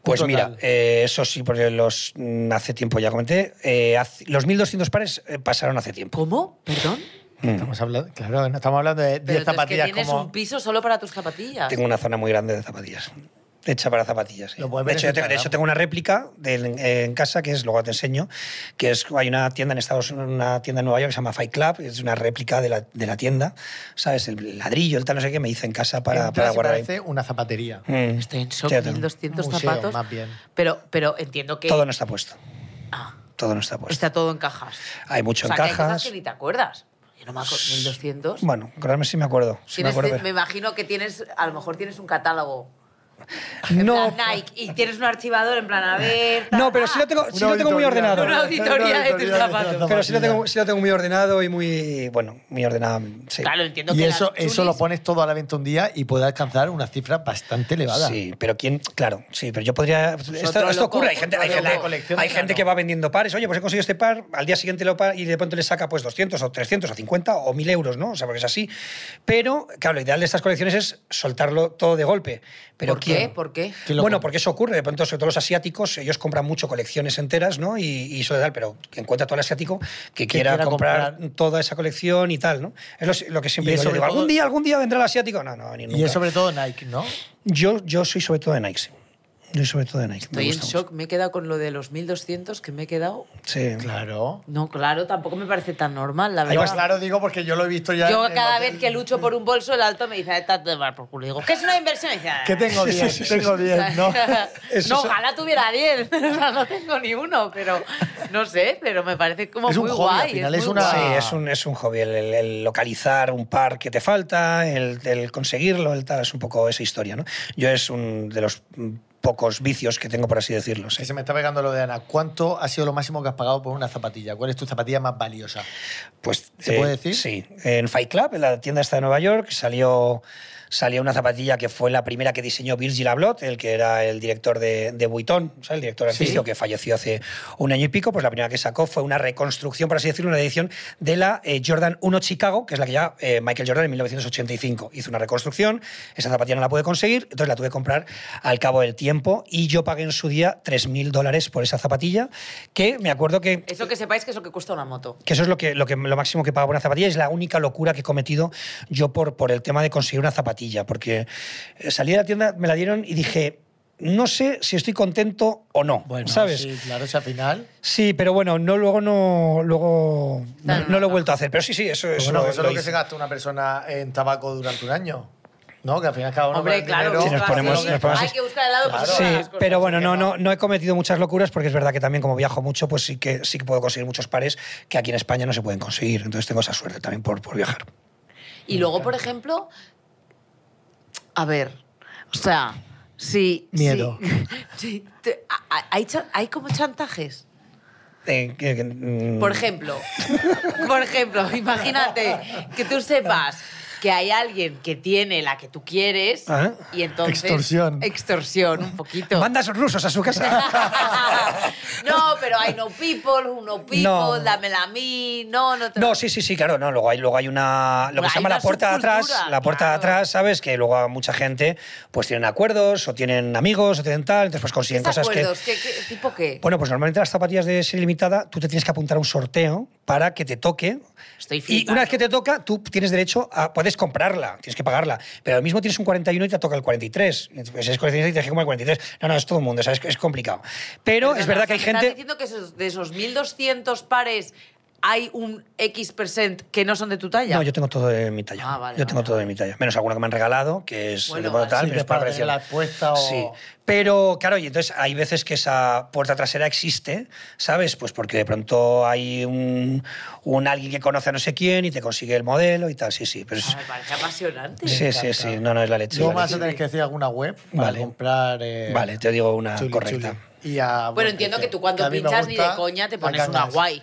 Pues
Total.
mira, eh, eso sí, porque los mm, hace tiempo ya comenté, eh, hace- los 1.200 pares eh, pasaron hace tiempo.
¿Cómo? ¿Perdón?
Mm.
Estamos hablando, claro, no estamos hablando de
Pero
10
tú es que
zapatillas
tienes
como.
un piso solo para tus zapatillas.
Tengo una zona muy grande de zapatillas. hecha para zapatillas. sí.
Lo puedes
de,
ver
hecho,
en
yo tengo, de
Instagram.
hecho, tengo una réplica de- en, en casa que es, luego te enseño, que es hay una tienda en Estados Unidos, una tienda en Nueva York que se llama Fight Club, es una réplica de la, de la tienda, ¿sabes? El ladrillo, el tal, no sé qué, me hice en casa para,
Entras
para
y
guardar ahí.
parece una zapatería.
Mm,
Estoy este en shock,
ya tengo.
1200
Museo,
zapatos.
más bien.
Pero, pero entiendo que
Todo no está puesto.
Ah,
Todo no está puesto.
está todo en cajas.
Hay
o
mucho
sea,
en
Que hay cosas que
cajas.
ni te acuerdas. Yo no me acuerdo, 1200.
Bueno, acordarme si me acuerdo. si me
Tienes-
acuerdo
me,
pero-
imagino que tienes, a lo mejor tienes un catálogo. En
No,
plan Nike. Y tienes un archivador en plan, a ver. tal.
no, pero sí lo tengo, sí lo tengo muy ordenado.
Una auditoría de tus zapatos.
Pero sí lo, tengo, sí lo tengo muy ordenado y muy, bueno, muy ordenado, sí.
Claro, entiendo
Y
que.
eso,
las
eso lo
chulis-
pones todo a la venta un día y puede alcanzar una cifra bastante elevada.
Sí, pero quién, claro, sí, pero yo podría. Esto,
otro
esto ocurre, hay
loco,
gente, hay
otro
gente,
loco.
Colección
hay
de
gente
verano.
que va vendiendo pares. Oye, pues he conseguido este par, al día siguiente lo par y de pronto le saca pues 200 o 300 o 50 o 1000 euros, ¿no? O sea, porque es así. Pero, claro, lo ideal de estas colecciones es soltarlo todo de golpe. Pero
¿Por qué?
¿quién?
¿Por qué?
¿Quién lo
bueno,
compra?
porque eso ocurre. De pronto, sobre todo los asiáticos, ellos compran mucho colecciones enteras, ¿no? Y, y eso de tal, pero encuentra todo el asiático que, quiera,
quiera
comprar,
comprar.
toda esa colección y tal, ¿no? Es lo, lo que siempre
Y es
digo. yo
sobre
digo, algún
todo-
día, algún día vendrá el asiático. No, no, ni nunca.
Y es sobre todo Nike, ¿no?
Yo, yo soy sobre todo de Nike, sí. Yo sobre todo de Nike. me
Estoy en
gusta mucho.
shock. Me he quedado con lo de los 1200 que me he quedado.
Sí.
Claro.
No, claro, tampoco me parece tan normal, la
Ahí
verdad.
vas,
Pues claro, digo porque yo lo he visto ya.
Yo
en-
cada vez que lucho por un bolso, el alto me dice, "Estás de mal por culo. Y Digo, ¿qué es una inversión? Y dice, "Ah".
Que tengo 10, tengo 10, ¿no?
Eso
no,
es-
ojalá tuviera 10. O sea, no tengo ni uno, pero no sé, pero me parece como
Es un
muy
hobby,
guay.
al final es
muy
una-
guay.
Sí, es un, es un hobby, el, el- el localizar un par que te falta, el, el conseguirlo, el tal, es un poco esa historia, ¿no? Yo es un de los mm, pocos vicios que tengo, por así decirlo. sí.
Que se me está pegando lo de Ana. ¿Cuánto ha sido lo máximo que has pagado por una zapatilla? ¿Cuál es tu zapatilla más valiosa?
Pues,
¿Se puede decir?
Sí. En Fight Club, en la tienda esta de Nueva York, salió, salió una zapatilla que fue la primera que diseñó Virgil Abloh, el que era el director de, de Vuitton, o sea, el director artístico que falleció hace un año y pico. Pues la primera que sacó fue una reconstrucción, por así decirlo, una edición de la eh, Jordan 1 Chicago, que es la que ya eh, Michael Jordan en 1985 hizo una reconstrucción. Esa zapatilla no la pude conseguir, entonces la tuve que comprar al cabo del tiempo y yo pagué en su día 3.000 dólares por esa zapatilla, que me acuerdo que
Eso que sepáis que es lo que cuesta una moto.
que eso es lo, que, lo, que, lo máximo que pago por una zapatilla. Es la única locura que he cometido yo por, por el tema de conseguir una zapatilla. Porque eh, salí de la tienda, me la dieron y dije, no sé si estoy contento o no. ¿Sabes?
Sí, claro, si al final.
Sí, pero bueno, no, luego no, luego, no,
Claro,
no lo
no.
he vuelto a hacer. Pero sí, sí, eso,
Pues
eso,
bueno, eso
lo-
es
lo
lo que
hice.
se gasta una persona en tabaco durante un año. ¿No? Que al final cada uno
Hombre,
con el
claro,
dinero-
Si nos
claro,
ponemos-
sí,
nos ponemos-
hay que buscar el lado
Claro.
positivo de
Sí,
las cosas.
pero bueno, no, no, no he cometido muchas locuras porque es verdad que también como viajo mucho, pues sí que, sí que puedo conseguir muchos pares que aquí en España no se pueden conseguir. Entonces tengo esa suerte también por, por viajar.
Y luego, por ejemplo, a ver, o sea, sí.
Miedo.
sí, te- a- a- hay, cha- hay como chantajes.
Eh, que- que, mm,
Por ejemplo, por ejemplo, imagínate que tú sepas que hay alguien que tiene la que tú quieres
Ah,
y entonces
extorsión.
extorsión un poquito.
Mandas rusos a su casa.
no, pero hay no people, who no people,
No.
dámela a mí, no, no te
No, sí, sí, sí, claro, no. Luego hay, luego hay una. Lo que
Hay
se llama
una
la puerta de atrás.
subcultura,
La puerta de
claro.
atrás, ¿sabes? Que luego a mucha gente pues tienen acuerdos o tienen amigos o tienen tal, entonces pues consiguen cosas que.
acuerdos? ¿Qué, qué- tipo qué?
Bueno, pues normalmente las zapatillas de serie limitada tú te tienes que apuntar a un sorteo para que te toque.
Estoy
Y
flipando.
una vez que te toca, tú tienes derecho a. Puedes comprarla, tienes que pagarla. Pero al mismo tienes un 41 y te toca el 43. Entonces pues, es 43 y tienes que comprar el 43. No, no, es todo el mundo, ¿sabes? Es complicado. Pero es
Perdona,
verdad
o sea,
que hay
me estás
gente.
diciendo que esos- de esos 1.200 pares hay un X% percent que no son de tu talla?
No, yo tengo todo de mi talla.
Ah, vale,
yo tengo
vale,
todo de mi talla. Menos alguno que me han regalado, que es
Bueno, ah,
de modo
vale.
tal,
Sí,
pero
que
es para
para tenerla
colección.
puesta o-
Sí. Pero, claro, y entonces hay veces que esa puerta trasera existe, ¿sabes? Pues porque de pronto hay un, un alguien que conoce a no sé quién y te consigue el modelo y tal. Sí, sí. Pero es-
Ah, Me parece apasionante.
sí, sí, sí. No, no, es la leche.
Luego
la
me vas a
leche.
tener que decir alguna web para
Vale.
comprar. eh,
Vale, te digo una
chuli,
correcta.
chuli. Y a buen
Bueno, entiendo
precio.
que tú cuando
a mí me
pinchas ni de
gusta
coña te
la
pones una
Gangas.
guay.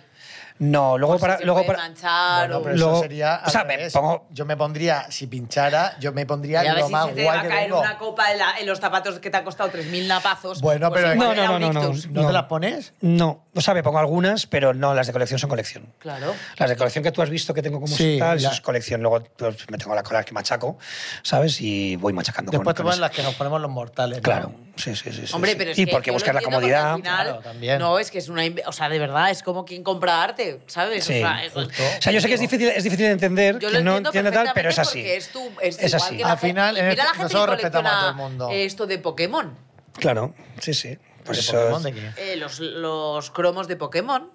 No, luego
Por Pues si
para.
se
luego
puede
para
manchar
Bueno,
o-
pero
Luego-
eso sería. al
o sea, me
revés.
pongo-
Yo me pondría, si pinchara, yo me
Ya
pondría
a ver
lo
si
más
se te va
guay
a
que
caer
tengo.
una copa en, la- en los zapatos que te ha costado 3.000 napazos.
Bueno,
pues
pero-
igual
No, no,
era un
no, no,
ictus.
¿No,
No.
te las pones?
No, o sea, me pongo algunas, pero no, las de colección son colección.
Claro.
Las de colección que tú has visto que tengo como
Sí,
tal, eso
la-
es colección. Luego pues, me tengo la cola que machaco, ¿sabes? Y voy machacando.
Después te
con,
pones
con
las que nos ponemos los mortales.
eso.
¿no?
Claro, sí, sí, sí. sí,
Hombre,
sí.
pero es
y
que
porque
yo lo
buscar la
entiendo porque
comodidad.
al final-
Claro, también.
No, es que es una... inve- O sea, de verdad, es como quien compra arte. grave, ¿sabes?
Sí,
O sea, es-
justo.
O sea, yo sé que es difícil, es difícil de entender,
Yo
que
lo
no
entiendo
entiende tal, pero es
perfectamente
así.
porque Es, tu- es
Es
igual
así.
que la
Al
gente-
final, en
mira
este-
la gente
nosotros
que
respetamos a todo el
colecciona,
mundo.
eh, Esto de Pokémon.
Claro, sí, sí. Pues
¿De
eso
Pokémon
es-
de qué?
eh, los, los cromos de Pokémon.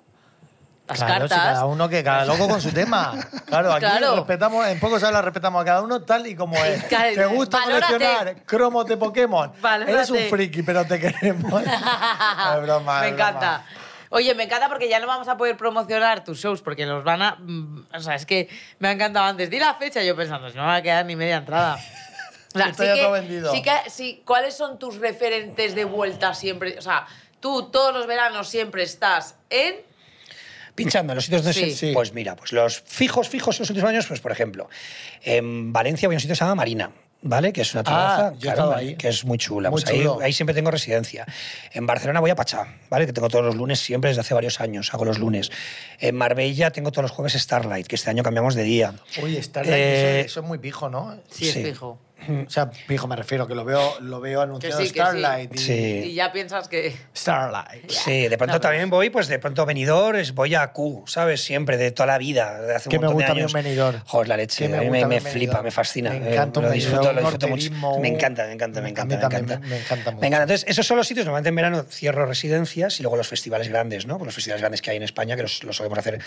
Las
Claro, si
cartas.
cada uno que cada loco con su tema. Claro, aquí
Claro.
respetamos, en pocos hablas respetamos a cada uno tal y como es.
Claro,
Te gusta
valórate.
coleccionar cromos de Pokémon.
Valórate.
Eres un friki, pero te queremos. Es broma,
me
es broma.
encanta. Oye, me encanta porque ya no vamos a poder promocionar tus shows porque los van a. mm, O sea, es que me ha encantado antes. Di la fecha yo pensando, si no me va a quedar ni media entrada. O sea,
Está
sí
ya
que-
todo vendido.
sí que- sí, ¿Cuáles son tus referentes de vuelta siempre? O sea, tú todos los veranos siempre estás en.
Pinchando en los sitios donde
Sí.
se-
Sí.
Pues mira, pues los fijos, fijos en los últimos años, pues por ejemplo, en Valencia había un sitio que se llama Marina, ¿vale? Que es una terraza,
Ah, yo he estado
vale,
ahí.
que es muy chula.
Muy
pues ahí,
chulo.
ahí siempre tengo residencia. En Barcelona voy a Pachá, ¿vale? Que tengo todos los lunes siempre, desde hace varios años, hago los lunes. En Marbella tengo todos los jueves Starlight, que este año cambiamos de día.
Oye, Starlight,
Eh, mm.
eso, eso es muy pijo, ¿no?
Sí,
Sí.
es fijo.
O sea, pijo me refiero, que lo veo, lo veo anunciado
Que sí, que sí.
Starlight. y-
Sí.
Y ya piensas que.
Starlight.
Sí, de pronto
No, pero-
también voy, pues de pronto venidor, voy a Q, ¿sabes? Siempre, de toda la vida, de hace un
Que me
montón
gusta a
de
mí
años.
un venidor.
Joder, la leche,
Que me
a mí me,
gusta
me
un venidor.
flipa, me fascina.
Me
eh,
encanta un
lo disfruto,
venidor,
lo
un
disfruto mucho.
norterismo,
Me encanta, me encanta, me
a
encanta.
mí
me
también
encanta.
me- me encanta mucho.
Entonces, esos son los sitios, normalmente en verano cierro residencias y luego los festivales grandes, ¿no? Pues los festivales grandes que hay en España, que los, los solemos hacer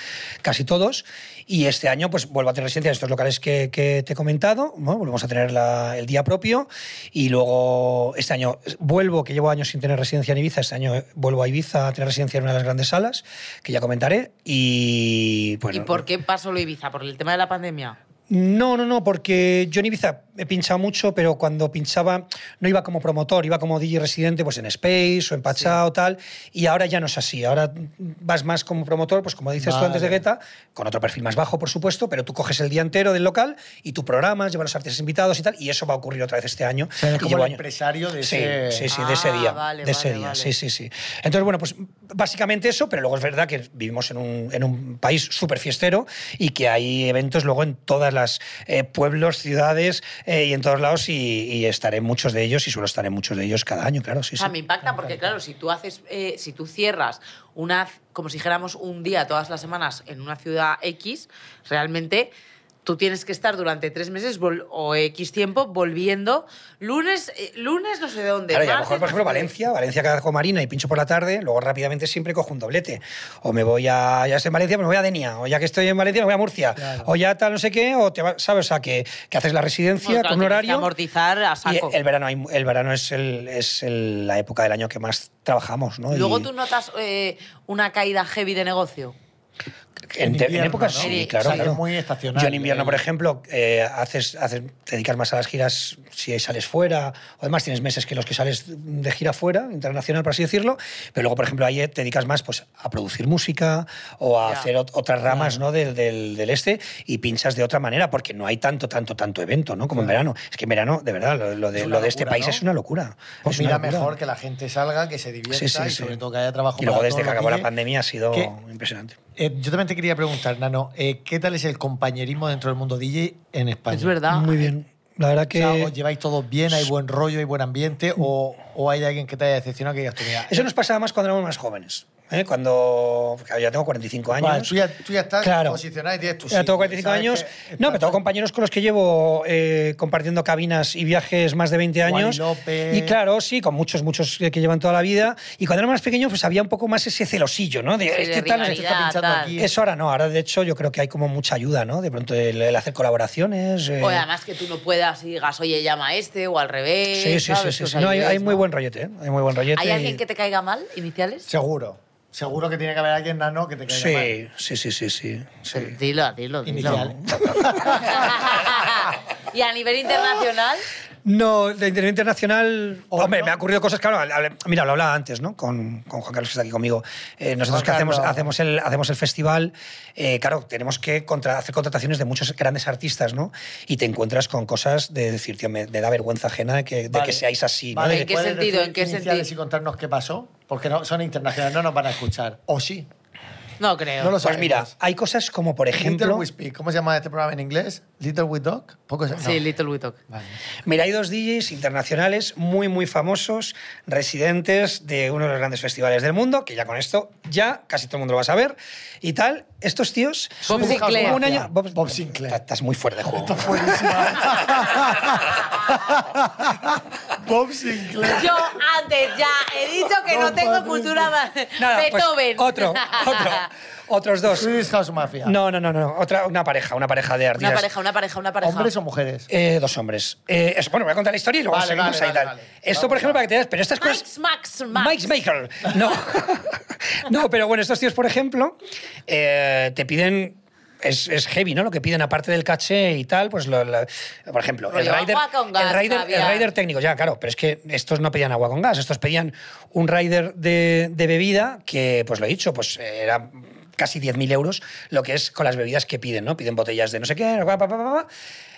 casi todos. Y este año, pues vuelvo a tener residencia en estos locales que, que te he comentado, ¿no? Volvemos a tener la- el día propio. Y luego, este año vuelvo, que llevo años sin tener residencia en Ibiza, este año eh, vuelvo a Ibiza a tener residencia en una de las grandes salas, que ya comentaré. Y, pues,
¿Y por qué pasó lo Ibiza? ¿Por el tema de la pandemia?
no, no, no, porque yo en Ibiza he pinchado mucho, pero cuando pinchaba no iba como promotor, iba como DJ residente pues en Space o en Pachá o tal, y ahora ya no es así, ahora vas más como promotor, pues como dices tú antes de
Vale.
Guetta, con otro perfil más bajo, por supuesto, pero tú coges el día entero del local y tú programas, llevas los artistas invitados y tal, y eso va a ocurrir otra vez este año.
sea, eres
y
como
llevo
el
año-
empresario de
sí,
ese-
Sí, sí, de ese
Ah,
día,
vale,
de ese
vale,
día,
vale.
sí, sí, sí. Entonces, bueno, pues básicamente eso, pero luego es verdad que vivimos en un, en un país súper fiestero y que hay eventos luego en todas las eh, pueblos, ciudades eh, y en todos lados y, y estaré en muchos de ellos y suelo estar en muchos de ellos cada año, claro, sí,
O
sí.
sea, me impacta porque, claro, si tú haces, eh, si tú cierras una, como si dijéramos un día todas las semanas en una ciudad X, realmente tú tienes que estar durante tres meses vol- o X tiempo volviendo lunes, eh, lunes no sé de dónde.
Claro, y a lo
martes,
mejor, por
no
ejemplo,
sé de-
Valencia, Valencia cada con Marina y pincho por la tarde, luego rápidamente siempre cojo un doblete. O me voy a, ya estoy en Valencia, pues me voy a Denia, o ya que estoy en Valencia, me voy a Murcia, o ya tal, no sé qué, o te vas, ¿sabes? O sea, que, que haces la residencia
Bueno, claro,
con un
tienes que
horario.
amortizar a
Y
saco.
el verano, hay- el verano es, el- es el- la época del año que más trabajamos, ¿no?
Luego
Y
tú notas eh, una caída heavy de negocio.
en,
En
te- en
invierno,
épocas
¿no?
sí,
Sí,
claro,
o sea, que
claro.
es muy estacional.
Yo en invierno,
El-
por ejemplo, eh, haces, haces, te dedicas más a las giras si sales fuera, o además tienes meses que los que sales de gira fuera, internacional, por así decirlo, pero luego, por ejemplo, ahí te dedicas más pues, a producir música o a
Ya.
hacer ot- otras ramas ¿no? del, del- del este y pinchas de otra manera porque no hay tanto, tanto, tanto evento, ¿no? Como en verano. Es que en verano, de verdad, lo, lo de,
Es una
lo de este
locura,
país
¿no?
es una locura.
Pues
Es una
mira,
locura.
mejor que la gente salga, que se divierta
Sí, sí,
y
sí.
sobre todo que haya trabajo.
Y luego
para
desde que
todo lo
acabó la
pille.
pandemia ha sido
¿Qué?
impresionante.
Eh, yo también te quería preguntar, Nano, eh, ¿qué tal es el compañerismo dentro del mundo DJ en España?
Es verdad.
Muy bien. La
Ah, eh,
verdad
O
que...
sea, ¿Os lleváis todos bien? ¿Hay buen rollo? ¿Hay buen ambiente?
Mm.
¿O, o hay alguien que te haya decepcionado que digas tú, mira,
Eso nos pasaba más cuando éramos más jóvenes. ¿eh? Cuando porque yo ya tengo 45 años.
vale, tú, ya, tú ya estás
Claro.
posicionado y tienes tu
Ya
sitio,
tengo 45
¿sabes?
años.
Que
No, pero
estás-
tengo compañeros con los que llevo eh, compartiendo cabinas y viajes más de 20
Juan
años.
López.
Y claro, sí, con muchos, muchos que que llevan toda la vida. Y cuando era más pequeño, pues había un poco más ese celosillo, ¿no? De
Sí, de
este tal, este
rivalidad,
pinchando
tal.
aquí.
Eso ahora no, ahora de hecho yo creo que hay como mucha ayuda, ¿no? De pronto el, el hacer colaboraciones. eh,
O además que tú no puedas y digas, oye, llama a este o al revés.
sí, sí, sí,
¿sabes?
sí,
Que os
sí. No, hay,
ayudéis,
hay muy buen rollete, ¿eh? Hay muy buen rollete.
¿Hay
y-
alguien que te caiga mal, iniciales?
Seguro. Seguro que tiene que haber alguien, Nano, que te caiga mal.
Sí, sí, sí, sí, sí. sí.
Dilo, dilo, dilo.
Inicial.
y a nivel internacional,
No, de nivel internacional.
¿O
hombre,
no?
me ha ocurrido cosas, claro. al- al- Mira, lo hablaba antes, ¿no? Con, con Juan Carlos, que está aquí conmigo. Eh, nosotros
Juan
que hacemos,
Carlos.
hacemos, el, hacemos el festival, eh, claro, tenemos que contra- hacer contrataciones de muchos grandes artistas, ¿no? Y te encuentras con cosas de decir, tío, me, me da vergüenza ajena de que, de
Vale.
que seáis así, ¿no?
Vale,
De-
¿En qué
¿puedes
sentido?
decir
¿En qué
iniciales
sentido?
y contarnos qué pasó? Porque no, son internacionales, no nos van a escuchar. ¿O sí?
No creo.
No lo
Pues
sabemos.
mira, hay cosas como, por
Little
ejemplo...
We Speak. ¿Cómo se llama este programa en inglés? Little We Dog. Poco se...
Sí,
no.
Little We Talk.
Vale.
Mira, hay dos DJs internacionales muy, muy famosos, residentes de uno de los grandes festivales del mundo, que ya con esto ya casi todo el mundo lo va a saber, y tal. Estos tíos...
Bob
Hubo-
Sinclair.
hubo un año- Bob,
Bob Sinclair.
Estás muy fuerte de juego.
Bob Sinclair.
Yo antes ya he dicho que no,
No,
tengo
madre
cultura más.
Nada, pues,
Beethoven.
otro, otro. Otros dos.
Swedish House Mafia.
No, no, no, no. Otra, una pareja, una pareja de artistas.
Una pareja, una pareja, una pareja.
¿Hombres o mujeres?
Eh, dos hombres. Eh, eso, bueno, voy a contar la historia y luego
Vale,
seguimos
vale,
ahí
vale,
tal.
vale.
Esto, pues
Vamos,
por
vale.
ejemplo, para que te veas, pero estas cosas.
pues
Max, Max, Max.
Mike's Michael. No. no, pero bueno, estos tíos, por ejemplo, eh, te piden. Es, es heavy, ¿no? Lo que piden aparte del caché y tal, pues, lo- lo- por ejemplo, el
Rollo
rider,
agua con gas,
el, rider, el
caviar.
rider técnico, ya, claro, pero es que estos no pedían agua con gas, estos pedían un rider de, de bebida que, pues lo he dicho, pues era casi 10.000 euros lo que es con las bebidas que piden, ¿no? Piden botellas de no sé qué, pa, pa, pa, pa, pa.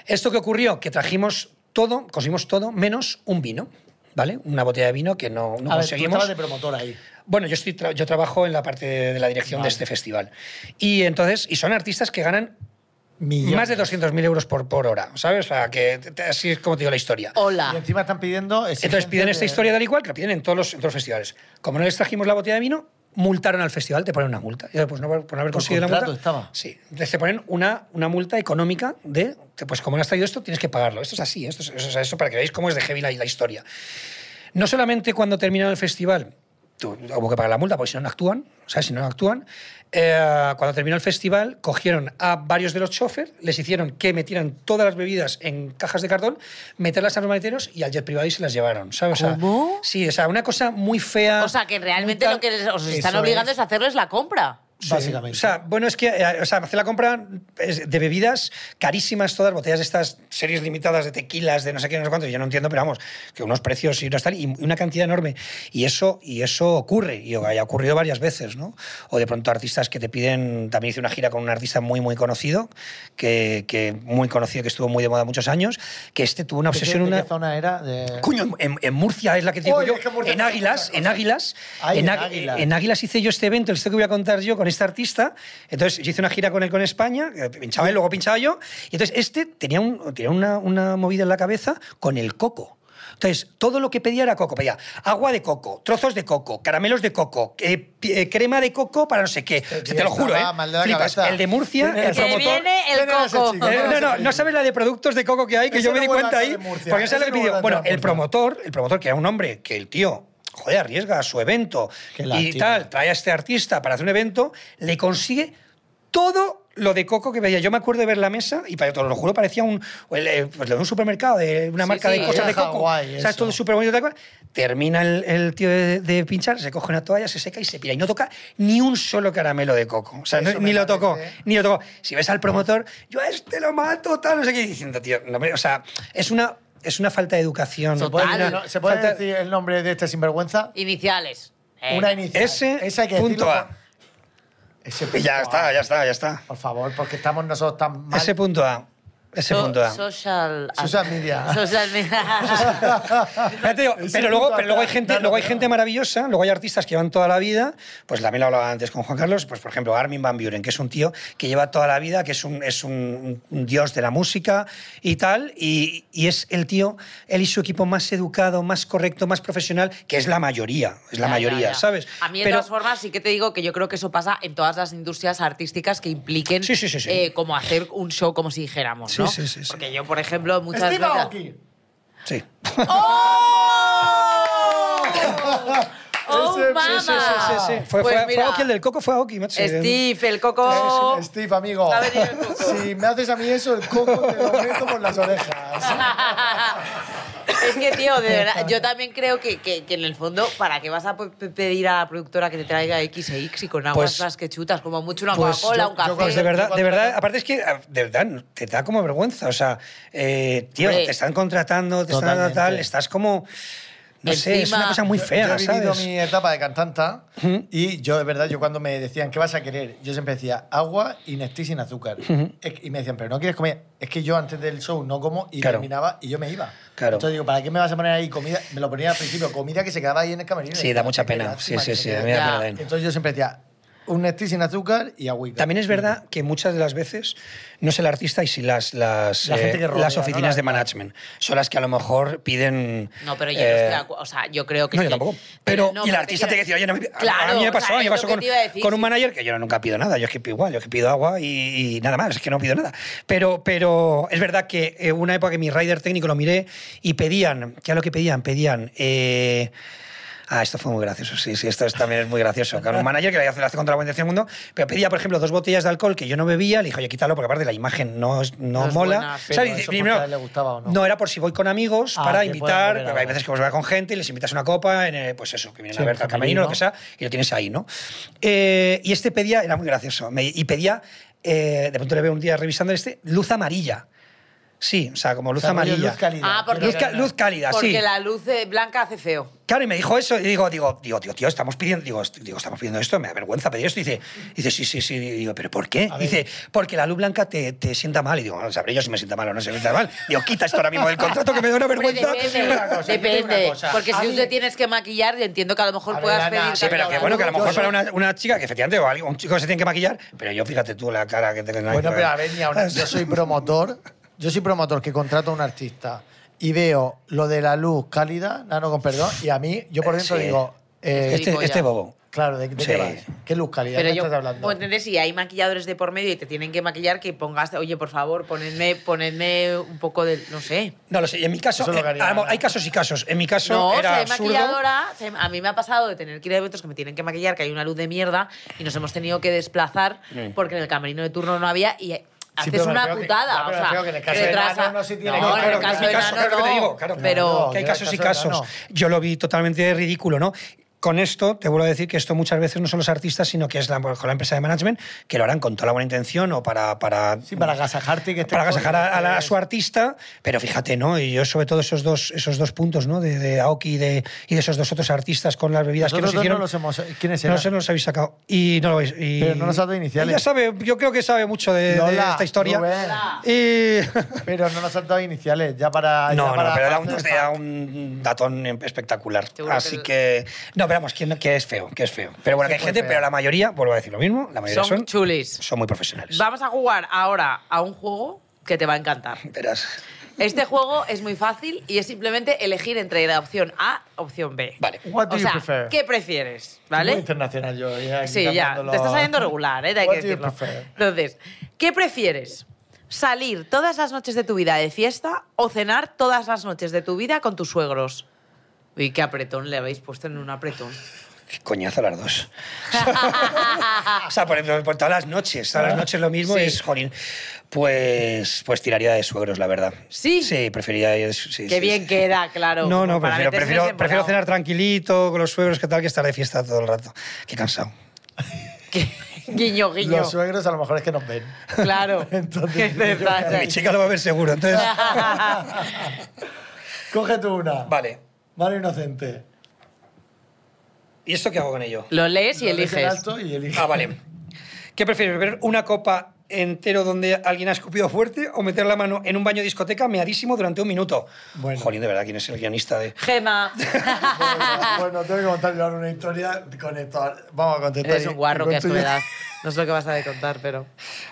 Esto que ocurrió, que trajimos todo, conseguimos todo, menos un vino, ¿vale? Una botella de vino que no, no
a ver, tú
conseguimos.
estabas de promotor ahí.
Bueno, yo, estoy tra- yo trabajo en la parte de la dirección
Vale.
de este festival. Y entonces, y son artistas que ganan
Millones.
más de 200.000 euros por, por hora, ¿sabes? O sea, que te- te- así es como te digo la historia.
Y
Hola.
encima están pidiendo...
Entonces
exigencias
piden esta
de-
historia tal y cual, que la piden en todos los, en todos los festivales. Como no les trajimos la botella de vino, multaron al festival, te ponen una multa. Y pues no, por no haber conseguido la multa.
contrato estaba.
Sí, entonces te ponen una, una multa económica de, te- pues como no has traído esto, tienes que pagarlo. Esto es así, esto es, o sea, eso para que veáis cómo es de heavy la, la historia. No solamente cuando terminaron el festival, tu- hubo que pagar la multa, porque si no, no actúan. O sea, si no, no actúan. Eh, cuando terminó el festival, cogieron a varios de los choferes, les hicieron que metieran todas las bebidas en cajas de cartón, meterlas a los maleteros y al jet privado y se las llevaron. ¿sabes? O sea,
¿Cómo?
sí, o sea, una cosa muy fea.
O sea, que
muy
realmente
tal.
lo que les- os están
Eso
obligando
es.
es a hacerles la compra.
Sí.
Básicamente.
O sea, bueno, es que eh, o sea, hacer la compra es de bebidas carísimas, todas botellas de estas series limitadas de tequilas, de no sé qué, no sé cuánto. Yo no entiendo, pero vamos, que unos precios y no están, y una cantidad enorme. Y eso, y eso ocurre, y ha ocurrido varias veces, ¿no? O de pronto artistas que te piden. También hice una gira con un artista muy, muy conocido, que, que muy conocido, que estuvo muy de moda muchos años, que este tuvo una
¿De qué-
obsesión,
de
una.
qué zona era? De...
Eh, Coño, en, en Murcia es la que te digo
Oye,
yo.
es que Murcia
En
no es
Águilas,
otra
en
cosa.
Águilas,
Ay,
en,
en
Águ-
Águilas.
en Águilas hice yo este evento, el que voy a contar yo con este artista. Entonces, yo hice una gira con él con España, eh, pinchaba él, luego pinchaba yo. Y entonces, este tenía, un, tenía una, una movida en la cabeza con el coco. Entonces, todo lo que pedía era coco. Pedía agua de coco, trozos de coco, caramelos de coco, eh, pi- eh, crema de coco para no sé qué.
Este tío
te lo juro, ¿eh?
estaba mal de la
Flipas.
cabeza.
El de Murcia,
¿Quién
el
era ese
Que
promotor.
viene el
¿Quién era ese
coco.
chico?
Eh,
No, no,
no,
ese
no,
chico.
no sabes la de productos de coco que hay, que
Ese
yo me
no
di
vuelve
cuenta
a
ahí.
entrar en Murcia.
Porque ese es
Ese
lo que
no
pidió.
vuelve a
Bueno,
entrar en
el
Murcia.
promotor, el promotor, que era un hombre, que el tío, joder, arriesga su evento
Qué
y
lástima.
tal, trae a este artista para hacer un evento, le consigue todo lo de coco que veía. Yo me acuerdo de ver la mesa y para te lo juro, parecía un, el, eh, pues, lo de un supermercado, de una
Sí,
marca
sí,
de cosas
era
de coco.
Hawái,
¿Sabes?
eso.
Todo súper bonito, tal cual. Termina el, el tío de, de pinchar, se coge una toalla, se seca y se pira. Y no toca ni un solo caramelo de coco. O sea, no-
Eso me
ni lo tocó.
parece-
Ni lo tocó. Si ves al promotor, yo a este lo mato, tal, no sé qué, y diciendo, tío, no me- o sea, es una, es una falta de educación.
¿Se puede,
Total.
no- ¿se puede
Falta-
decir el nombre de este sinvergüenza?
Iniciales. Eh,
Una inicial.
Ese
Esa hay que
punto
decirlo
A.
por- Ese punto
Y ya
A.
está, ya está, ya está.
Por favor, porque estamos nosotros tan mal.
Ese punto A. Ese
so-
punto A.
Social...
Social media.
Social media.
Ya te digo,
Ese
pero luego,
punto
pero luego hay
acá.
gente,
No, no,
luego hay
pero-
gente maravillosa, luego hay artistas que llevan toda la vida, pues también lo hablaba antes con Juan Carlos, pues por ejemplo Armin Van Buren, que es un tío que lleva toda la vida, que es un, es un, un dios de la música y tal, y, y es el tío, él y su equipo más educado, más correcto, más profesional, que es la mayoría, es la
Ya, ya,
mayoría,
ya.
¿sabes?
A mí, de
Pero-
todas formas, sí que te digo que yo creo que eso pasa en todas las industrias artísticas que impliquen
Sí, sí, sí, sí.
eh, como hacer un show, como si dijéramos,
Sí,
¿no?
sí, sí, sí.
Porque yo, por ejemplo, muchas
Steve
veces...
Aoki.
sí.
¡Oh,
Ese- sí,
mama!
sí, sí,
Sí, fue,
Pues
fue- fue
mira,
Aoki, el del coco fue Aoki, macho.
Steve, el coco...
Steve, amigo.
Ha Oh. venido el coco.
Si me haces a mí eso, el coco te lo meto por las orejas.
es que, tío, de verdad, yo también creo que, que- que en el fondo, ¿para qué vas a pe- pedir a la productora que te traiga X e X y con aguas
Pues-
más que chutas? Como mucho una
Pues
Coca-Cola,
yo-
yo
un café.
creo
Pues de verdad, de
Cuando-
verdad, aparte es que a- de verdad te da como vergüenza, o sea, eh, tío,
Hombre.
te están contratando, te están
Totalmente.
tal, estás como no sé, es
Encima-
una cosa muy fea,
yo he vivido
¿sabes?
mi etapa de cantanta y yo, de verdad, yo cuando me decían, ¿qué vas a querer? Yo siempre decía, agua y Nestí sin azúcar. Es que- Y me decían, ¿pero no quieres comer? Es que yo antes del show no como y
Claro.
terminaba y yo me iba.
Claro.
Entonces digo, ¿para qué me vas a poner ahí comida? Me lo ponía al principio, comida que se quedaba ahí en el camerino.
Sí, da mucha
Qué
pena.
lástima
Sí, sí,
que
sí,
se
a
quede.
mí me da
Ya.
pena también.
Entonces yo siempre decía, un Nestí sin azúcar y agüita.
También es verdad que muchas de las veces no es el artista y sí las, las, eh,
La gente que rodea,
las oficinas
¿no? La-
de management. Son las que a lo mejor piden.
No, pero yo
eh,
no estoy de acu- O sea, yo creo que.
no,
es
yo
que-
tampoco. Pero,
no,
y el
pero
artista
te
te dice, oye, no, me-
Claro,
a mí
o
me
sea,
pasó, a mí
es
me
lo
pasó
que
con,
te iba a decir,
con un
sí.
manager que yo nunca pido nada, yo es que pido igual, yo es que pido agua y, y nada más, es que no pido nada. Pero, pero es verdad que eh, una época que mi rider técnico lo miré y pedían, ¿qué es lo que pedían? Pedían... eh, Ah, esto fue muy gracioso, sí, sí, esto es- también es muy gracioso. Claro, un manager que le hace, le hace contra la buena intención del mundo, pero pedía, por ejemplo, dos botellas de alcohol que yo no bebía, le dije, oye, quítalo, porque aparte la imagen no, es- no,
No es
mola.
buena,
pero
¿Sabes?
eso
Dice,
porque
primero,
a él le gustaba o no.
No, era por si voy con amigos
Ah,
para
que puedan
invitar,
beber
porque hay
algo.
veces que vos vas con gente y les invitas una copa, en, eh, pues eso, que vienen
Sí,
a ver
en
al
camerino.
camerino, lo que sea, y lo tienes ahí, ¿no? Eh, y este pedía, era muy gracioso, me- y pedía, eh, de pronto le veo un día revisando este, luz amarilla. Sí, o sea, como luz
O sea, rollo
amarilla.
Luz cálida.
Ah, porque-
Luz ca- luz cálida, sí.
Porque la luz eh, blanca hace feo.
Claro, y me dijo eso, y digo, digo, digo, tío, tío, estamos pidiendo, digo, est- digo, estamos pidiendo esto, me da vergüenza pedir esto. Y dice, dice, sí, sí, sí. Y digo, ¿pero por qué?
A ver.
Dice, porque la luz blanca te, te sienta mal. Y digo, no sabré yo si me sienta mal o no se me sienta mal. Digo, quita esto ahora mismo del contrato que me da una
Hombre,
vergüenza.
depende,
una cosa, yo te digo una
depende.
cosa.
Porque
A
si tú
mí-
te tienes que maquillar, yo entiendo que a lo mejor
A ver,
puedas
Ana,
pedir...
sí,
Sí, pero que
cambiar
bueno, que a
la
lo
luz.
mejor
Yo
para
soy-
una, una chica, que efectivamente, o algo- un chico se tiene que maquillar, pero yo fíjate tú la cara que tengo.
Bueno, pero a ver, ni ahora- yo soy promotor, yo soy promotor que contrato a un artista y veo lo de la luz cálida, nano con perdón, y a mí, yo por
Eh,
dentro
sí.
digo, eh,
Este,
Digo
este
ya.
bobo.
claro, ¿de, de
Sí.
qué vas? ¿Qué luz cálida?
Pero
¿De qué
yo,
estás hablando?
pues, ¿entendés? Si hay maquilladores de por medio y te tienen que maquillar, que pongas, oye, por favor, ponedme, ponedme un poco de, no sé.
No lo sé, y en mi caso,
Eso es lo que
eh,
haría.
a lo mejor hay casos y casos. En mi caso
no, soy
era absurdo.
maquilladora. se- a mí me ha pasado de tener que ir a eventos que me tienen que maquillar, que hay una luz de mierda y nos hemos tenido que desplazar porque en el camerino de turno no había y eh,
Sí,
haces
pero me
una
creo que-
putada.
ya, pero
o
me
sea,
creo que en el caso de
retrasa-
enano no se tiene
No,
que-
en
claro,
el caso
en
de
mi caso,
enano
claro que te
no,
digo, claro.
pero
No,
que hay
yo
casos
el
y
caso de
casos.
Nano.
Yo lo vi totalmente ridículo, ¿no? Con esto, te vuelvo a decir que esto muchas veces no son los artistas, sino que es la, con la empresa de management, que lo harán con toda la buena intención o para... para
sí, para agasajarte y que esté
para agasajar a, a la- a su artista, pero fíjate, ¿no? Y yo sobre todo esos dos, esos dos puntos, ¿no? De, de Aoki y de, y de esos dos otros artistas con las bebidas
Nosotros
que nos hicieron.
no los hemos... ¿Quiénes
no
eran?
se los habéis sacado. Y no lo habéis- y-
Pero no nos has dado iniciales.
Ella sabe, yo creo que sabe mucho de, de
Lola,
esta historia.
Rubén.
Y...
Pero no nos han dado iniciales, ya
Ah,
para... ya
No, no,
para- para
pero era un,
hacer-
era un datón espectacular.
Seguro
Así
que-
que... No, pero vamos, que, no- que es feo, que es feo. Pero bueno, que hay
muy
gente,
feo.
pero la mayoría, vuelvo a decir lo mismo, la mayoría
son,
son, son,
chulis.
muy profesionales.
Vamos a jugar ahora a un juego que te va a encantar.
Verás.
Este juego es muy fácil y es simplemente elegir entre la opción A opción B.
Vale.
What do
o
you
sea,
prefer?
¿qué prefieres?
Soy muy
¿Vale?
internacional yo. ya aquí
Sí, ya.
cambiándolo.
Te está saliendo regular, ¿eh? Hay
What
que
do you
decirlo.
prefer?
Entonces, ¿qué prefieres? ¿Salir todas las noches de tu vida de fiesta o cenar todas las noches de tu vida con tus suegros? Uy, qué apretón le habéis puesto en un apretón.
Qué coñazo las dos. o sea, por, por todas las noches, todas las noches lo mismo
Ah, Sí.
es, jolín. Pues, pues tiraría de suegros, la verdad.
¿Sí?
Sí, preferiría. Sí,
qué
sí,
bien
sí.
queda, claro.
No, no,
como para
prefiero,
meterse en ese
prefiero, prefiero
embolado.
cenar tranquilito con los suegros que tal que estar de fiesta todo el rato. Qué cansado.
Guiño, guiño.
Los suegros a lo mejor es que nos ven.
Claro.
Entonces,
Es verdad,
Mi chica lo va a ver seguro, entonces.
Coge tú una.
vale.
Mano inocente.
¿Y esto qué hago con ello?
Lo lees y
Lo dejas en
eliges.
alto y eliges.
Ah, vale. ¿Qué prefieres, beber una copa entero donde alguien ha escupido fuerte o meter la mano en un baño de discoteca meadísimo durante un minuto?
Bueno.
Jolín, de verdad, ¿quién es el guionista de...?
Gema. Ah,
Bueno, tengo que contar yo ahora una historia con esto. Vamos a contestar.
Eres un guarro que a
esto
tu edad. No sé lo que vas a contar, pero.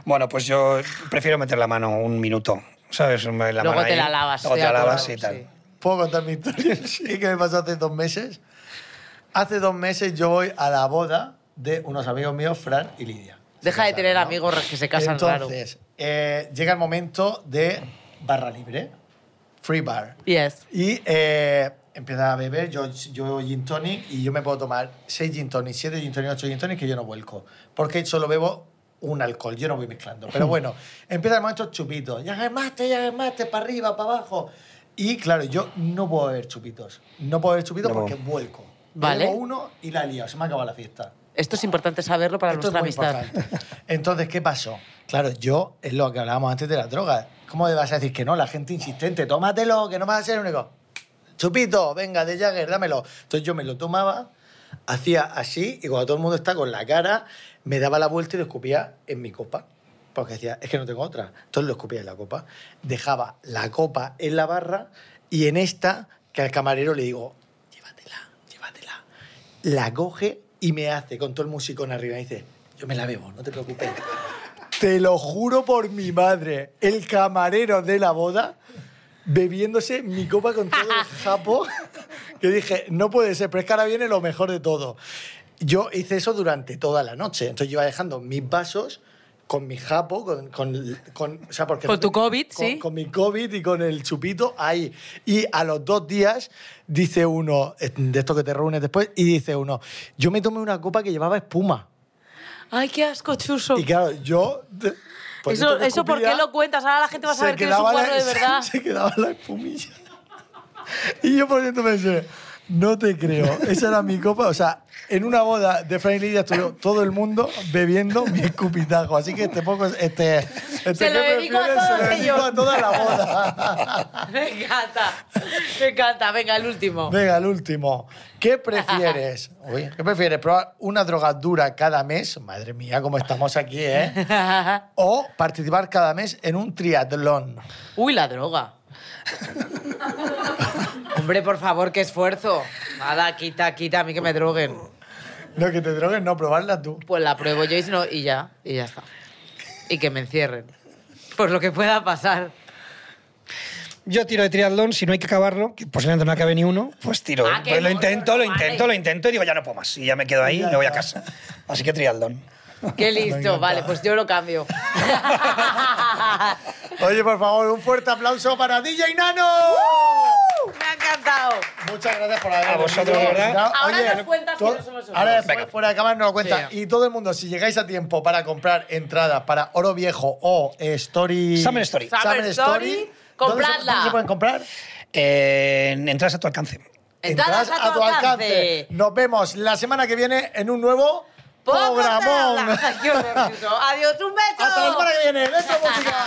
Bueno, pues yo prefiero meter la mano un minuto, ¿sabes? La
Luego
mano
te
ahí,
la lavas,
Luego te la
estoy de
lavas y
acuerdo,
tal.
sí.
¿Puedo contar mi historia? Sí, que me pasó hace dos meses. Hace dos meses yo voy a la boda de unos amigos míos, Fran y Lidia.
Deja de
casaron,
tener
¿no?
amigos que se casan raro.
Entonces, eh, llega el momento de barra libre, free bar.
Yes.
Y eh, empieza a beber, yo, yo gin tonic y yo me puedo tomar 6 gin tonic, 7 gin tonic, 8 gin tonic que yo no vuelco. Porque solo bebo un alcohol, yo no voy mezclando. Pero bueno, empieza a estos chupitos. Ya gemaste, ya gemaste, para arriba, para abajo. Y claro, yo no puedo beber chupitos. No puedo beber chupitos
No.
porque vuelco.
Vale.
Bebo uno y la he liado, se me ha acabado la fiesta.
Esto es importante saberlo para
Esto es
nuestra
muy
amistad.
importante. Entonces, ¿qué pasó? Claro, yo, es lo que hablábamos antes de las drogas. ¿Cómo le vas a decir que no? La gente insistente, tómatelo, que no vas a ser el único. Chupito, venga, de Jagger, dámelo. Entonces yo me lo tomaba, hacía así, y cuando todo el mundo está con la cara, me daba la vuelta y lo escupía en mi copa. Porque decía, es que no tengo otra. Entonces lo escupía en la copa. Dejaba la copa en la barra y en esta, que al camarero le digo, llévatela, llévatela. La coge y me hace con todo el musicón arriba y dice, Yo me la bebo, no te preocupes. Te lo juro por mi madre, el camarero de la boda bebiéndose mi copa con todo el japo, que dije, no puede ser, pero es que ahora viene lo mejor de todo. Yo hice eso durante toda la noche, entonces yo iba dejando mis vasos con mi japo, con, con, con- o sea, porque
Con tu COVID,
con-
sí.
Con mi COVID y con el chupito ahí. Y a los dos días dice uno, eh, de esto que te reúnes después, y dice uno, yo me tomé una copa que llevaba espuma.
Ay, qué asco, chuso.
Y Pues claro, yo... de- por
eso,
dentro que
eso ¿por qué
escupía,
lo cuentas? Ahora la gente va a
se
saber que eres un
quedaba
guarro
la-
de verdad.
Se quedaba la espumilla. Y yo por dentro pensé, no te creo. Esa era mi copa. O sea, en una boda de Frank Lidia estuvo todo el mundo bebiendo mi escupitajo. Así que este poco, este, este
Se lo
jefe de
dedico a
Fieles
todos
se lo dedico
ellos.
a toda la boda.
Me encanta, me encanta. Venga, el último.
Venga, el último. ¿Qué prefieres? Uy, ¿Qué prefieres? ¿Probar una droga dura cada mes? Madre mía, cómo estamos aquí, ¿eh? O participar cada mes en un triatlón.
Uy, la droga. Hombre, por favor, qué esfuerzo. Nada, quita, quita, a mí que me droguen.
No, que te drogues, no, probarla tú.
Pues la pruebo yo y si no, y ya, y ya está. Y que me encierren. Por lo que pueda pasar.
Yo tiro de triatlón, si no hay que acabarlo, que posiblemente no acabe ni uno, pues tiro.
Ah, qué
Pues lo
mono,
intento, lo
vale.
intento, lo intento y digo, ya no puedo más. Y ya me quedo ahí y me voy a casa. Así que triatlón.
Qué
Me
listo.
encanta.
Vale, pues yo lo cambio.
Oye, por favor, un fuerte aplauso para DJ Nano. ¡Uh!
me ha encantado.
Muchas gracias por haber
A vosotros,
venido.
¿verdad?
Ahora nos cuentas
to-
quiénes son los
Ahora
otros.
después,
Venga.
fuera de cámara nos lo cuentas.
Sí.
Y todo el mundo, si llegáis a tiempo para comprar entradas para Oro Viejo o Story...
Summer Story.
Summer
Summer Story,
Story, ¿dónde se-
compradla.
dónde se pueden comprar?
Eh, entras a tu alcance.
Entradas a tu alcance.
Nos vemos la semana que viene en un nuevo
Pocos te
programón.
hablan. Qué horror, Chuso. Adiós, un beso.
Hasta la semana que viene. ¡Dentro música!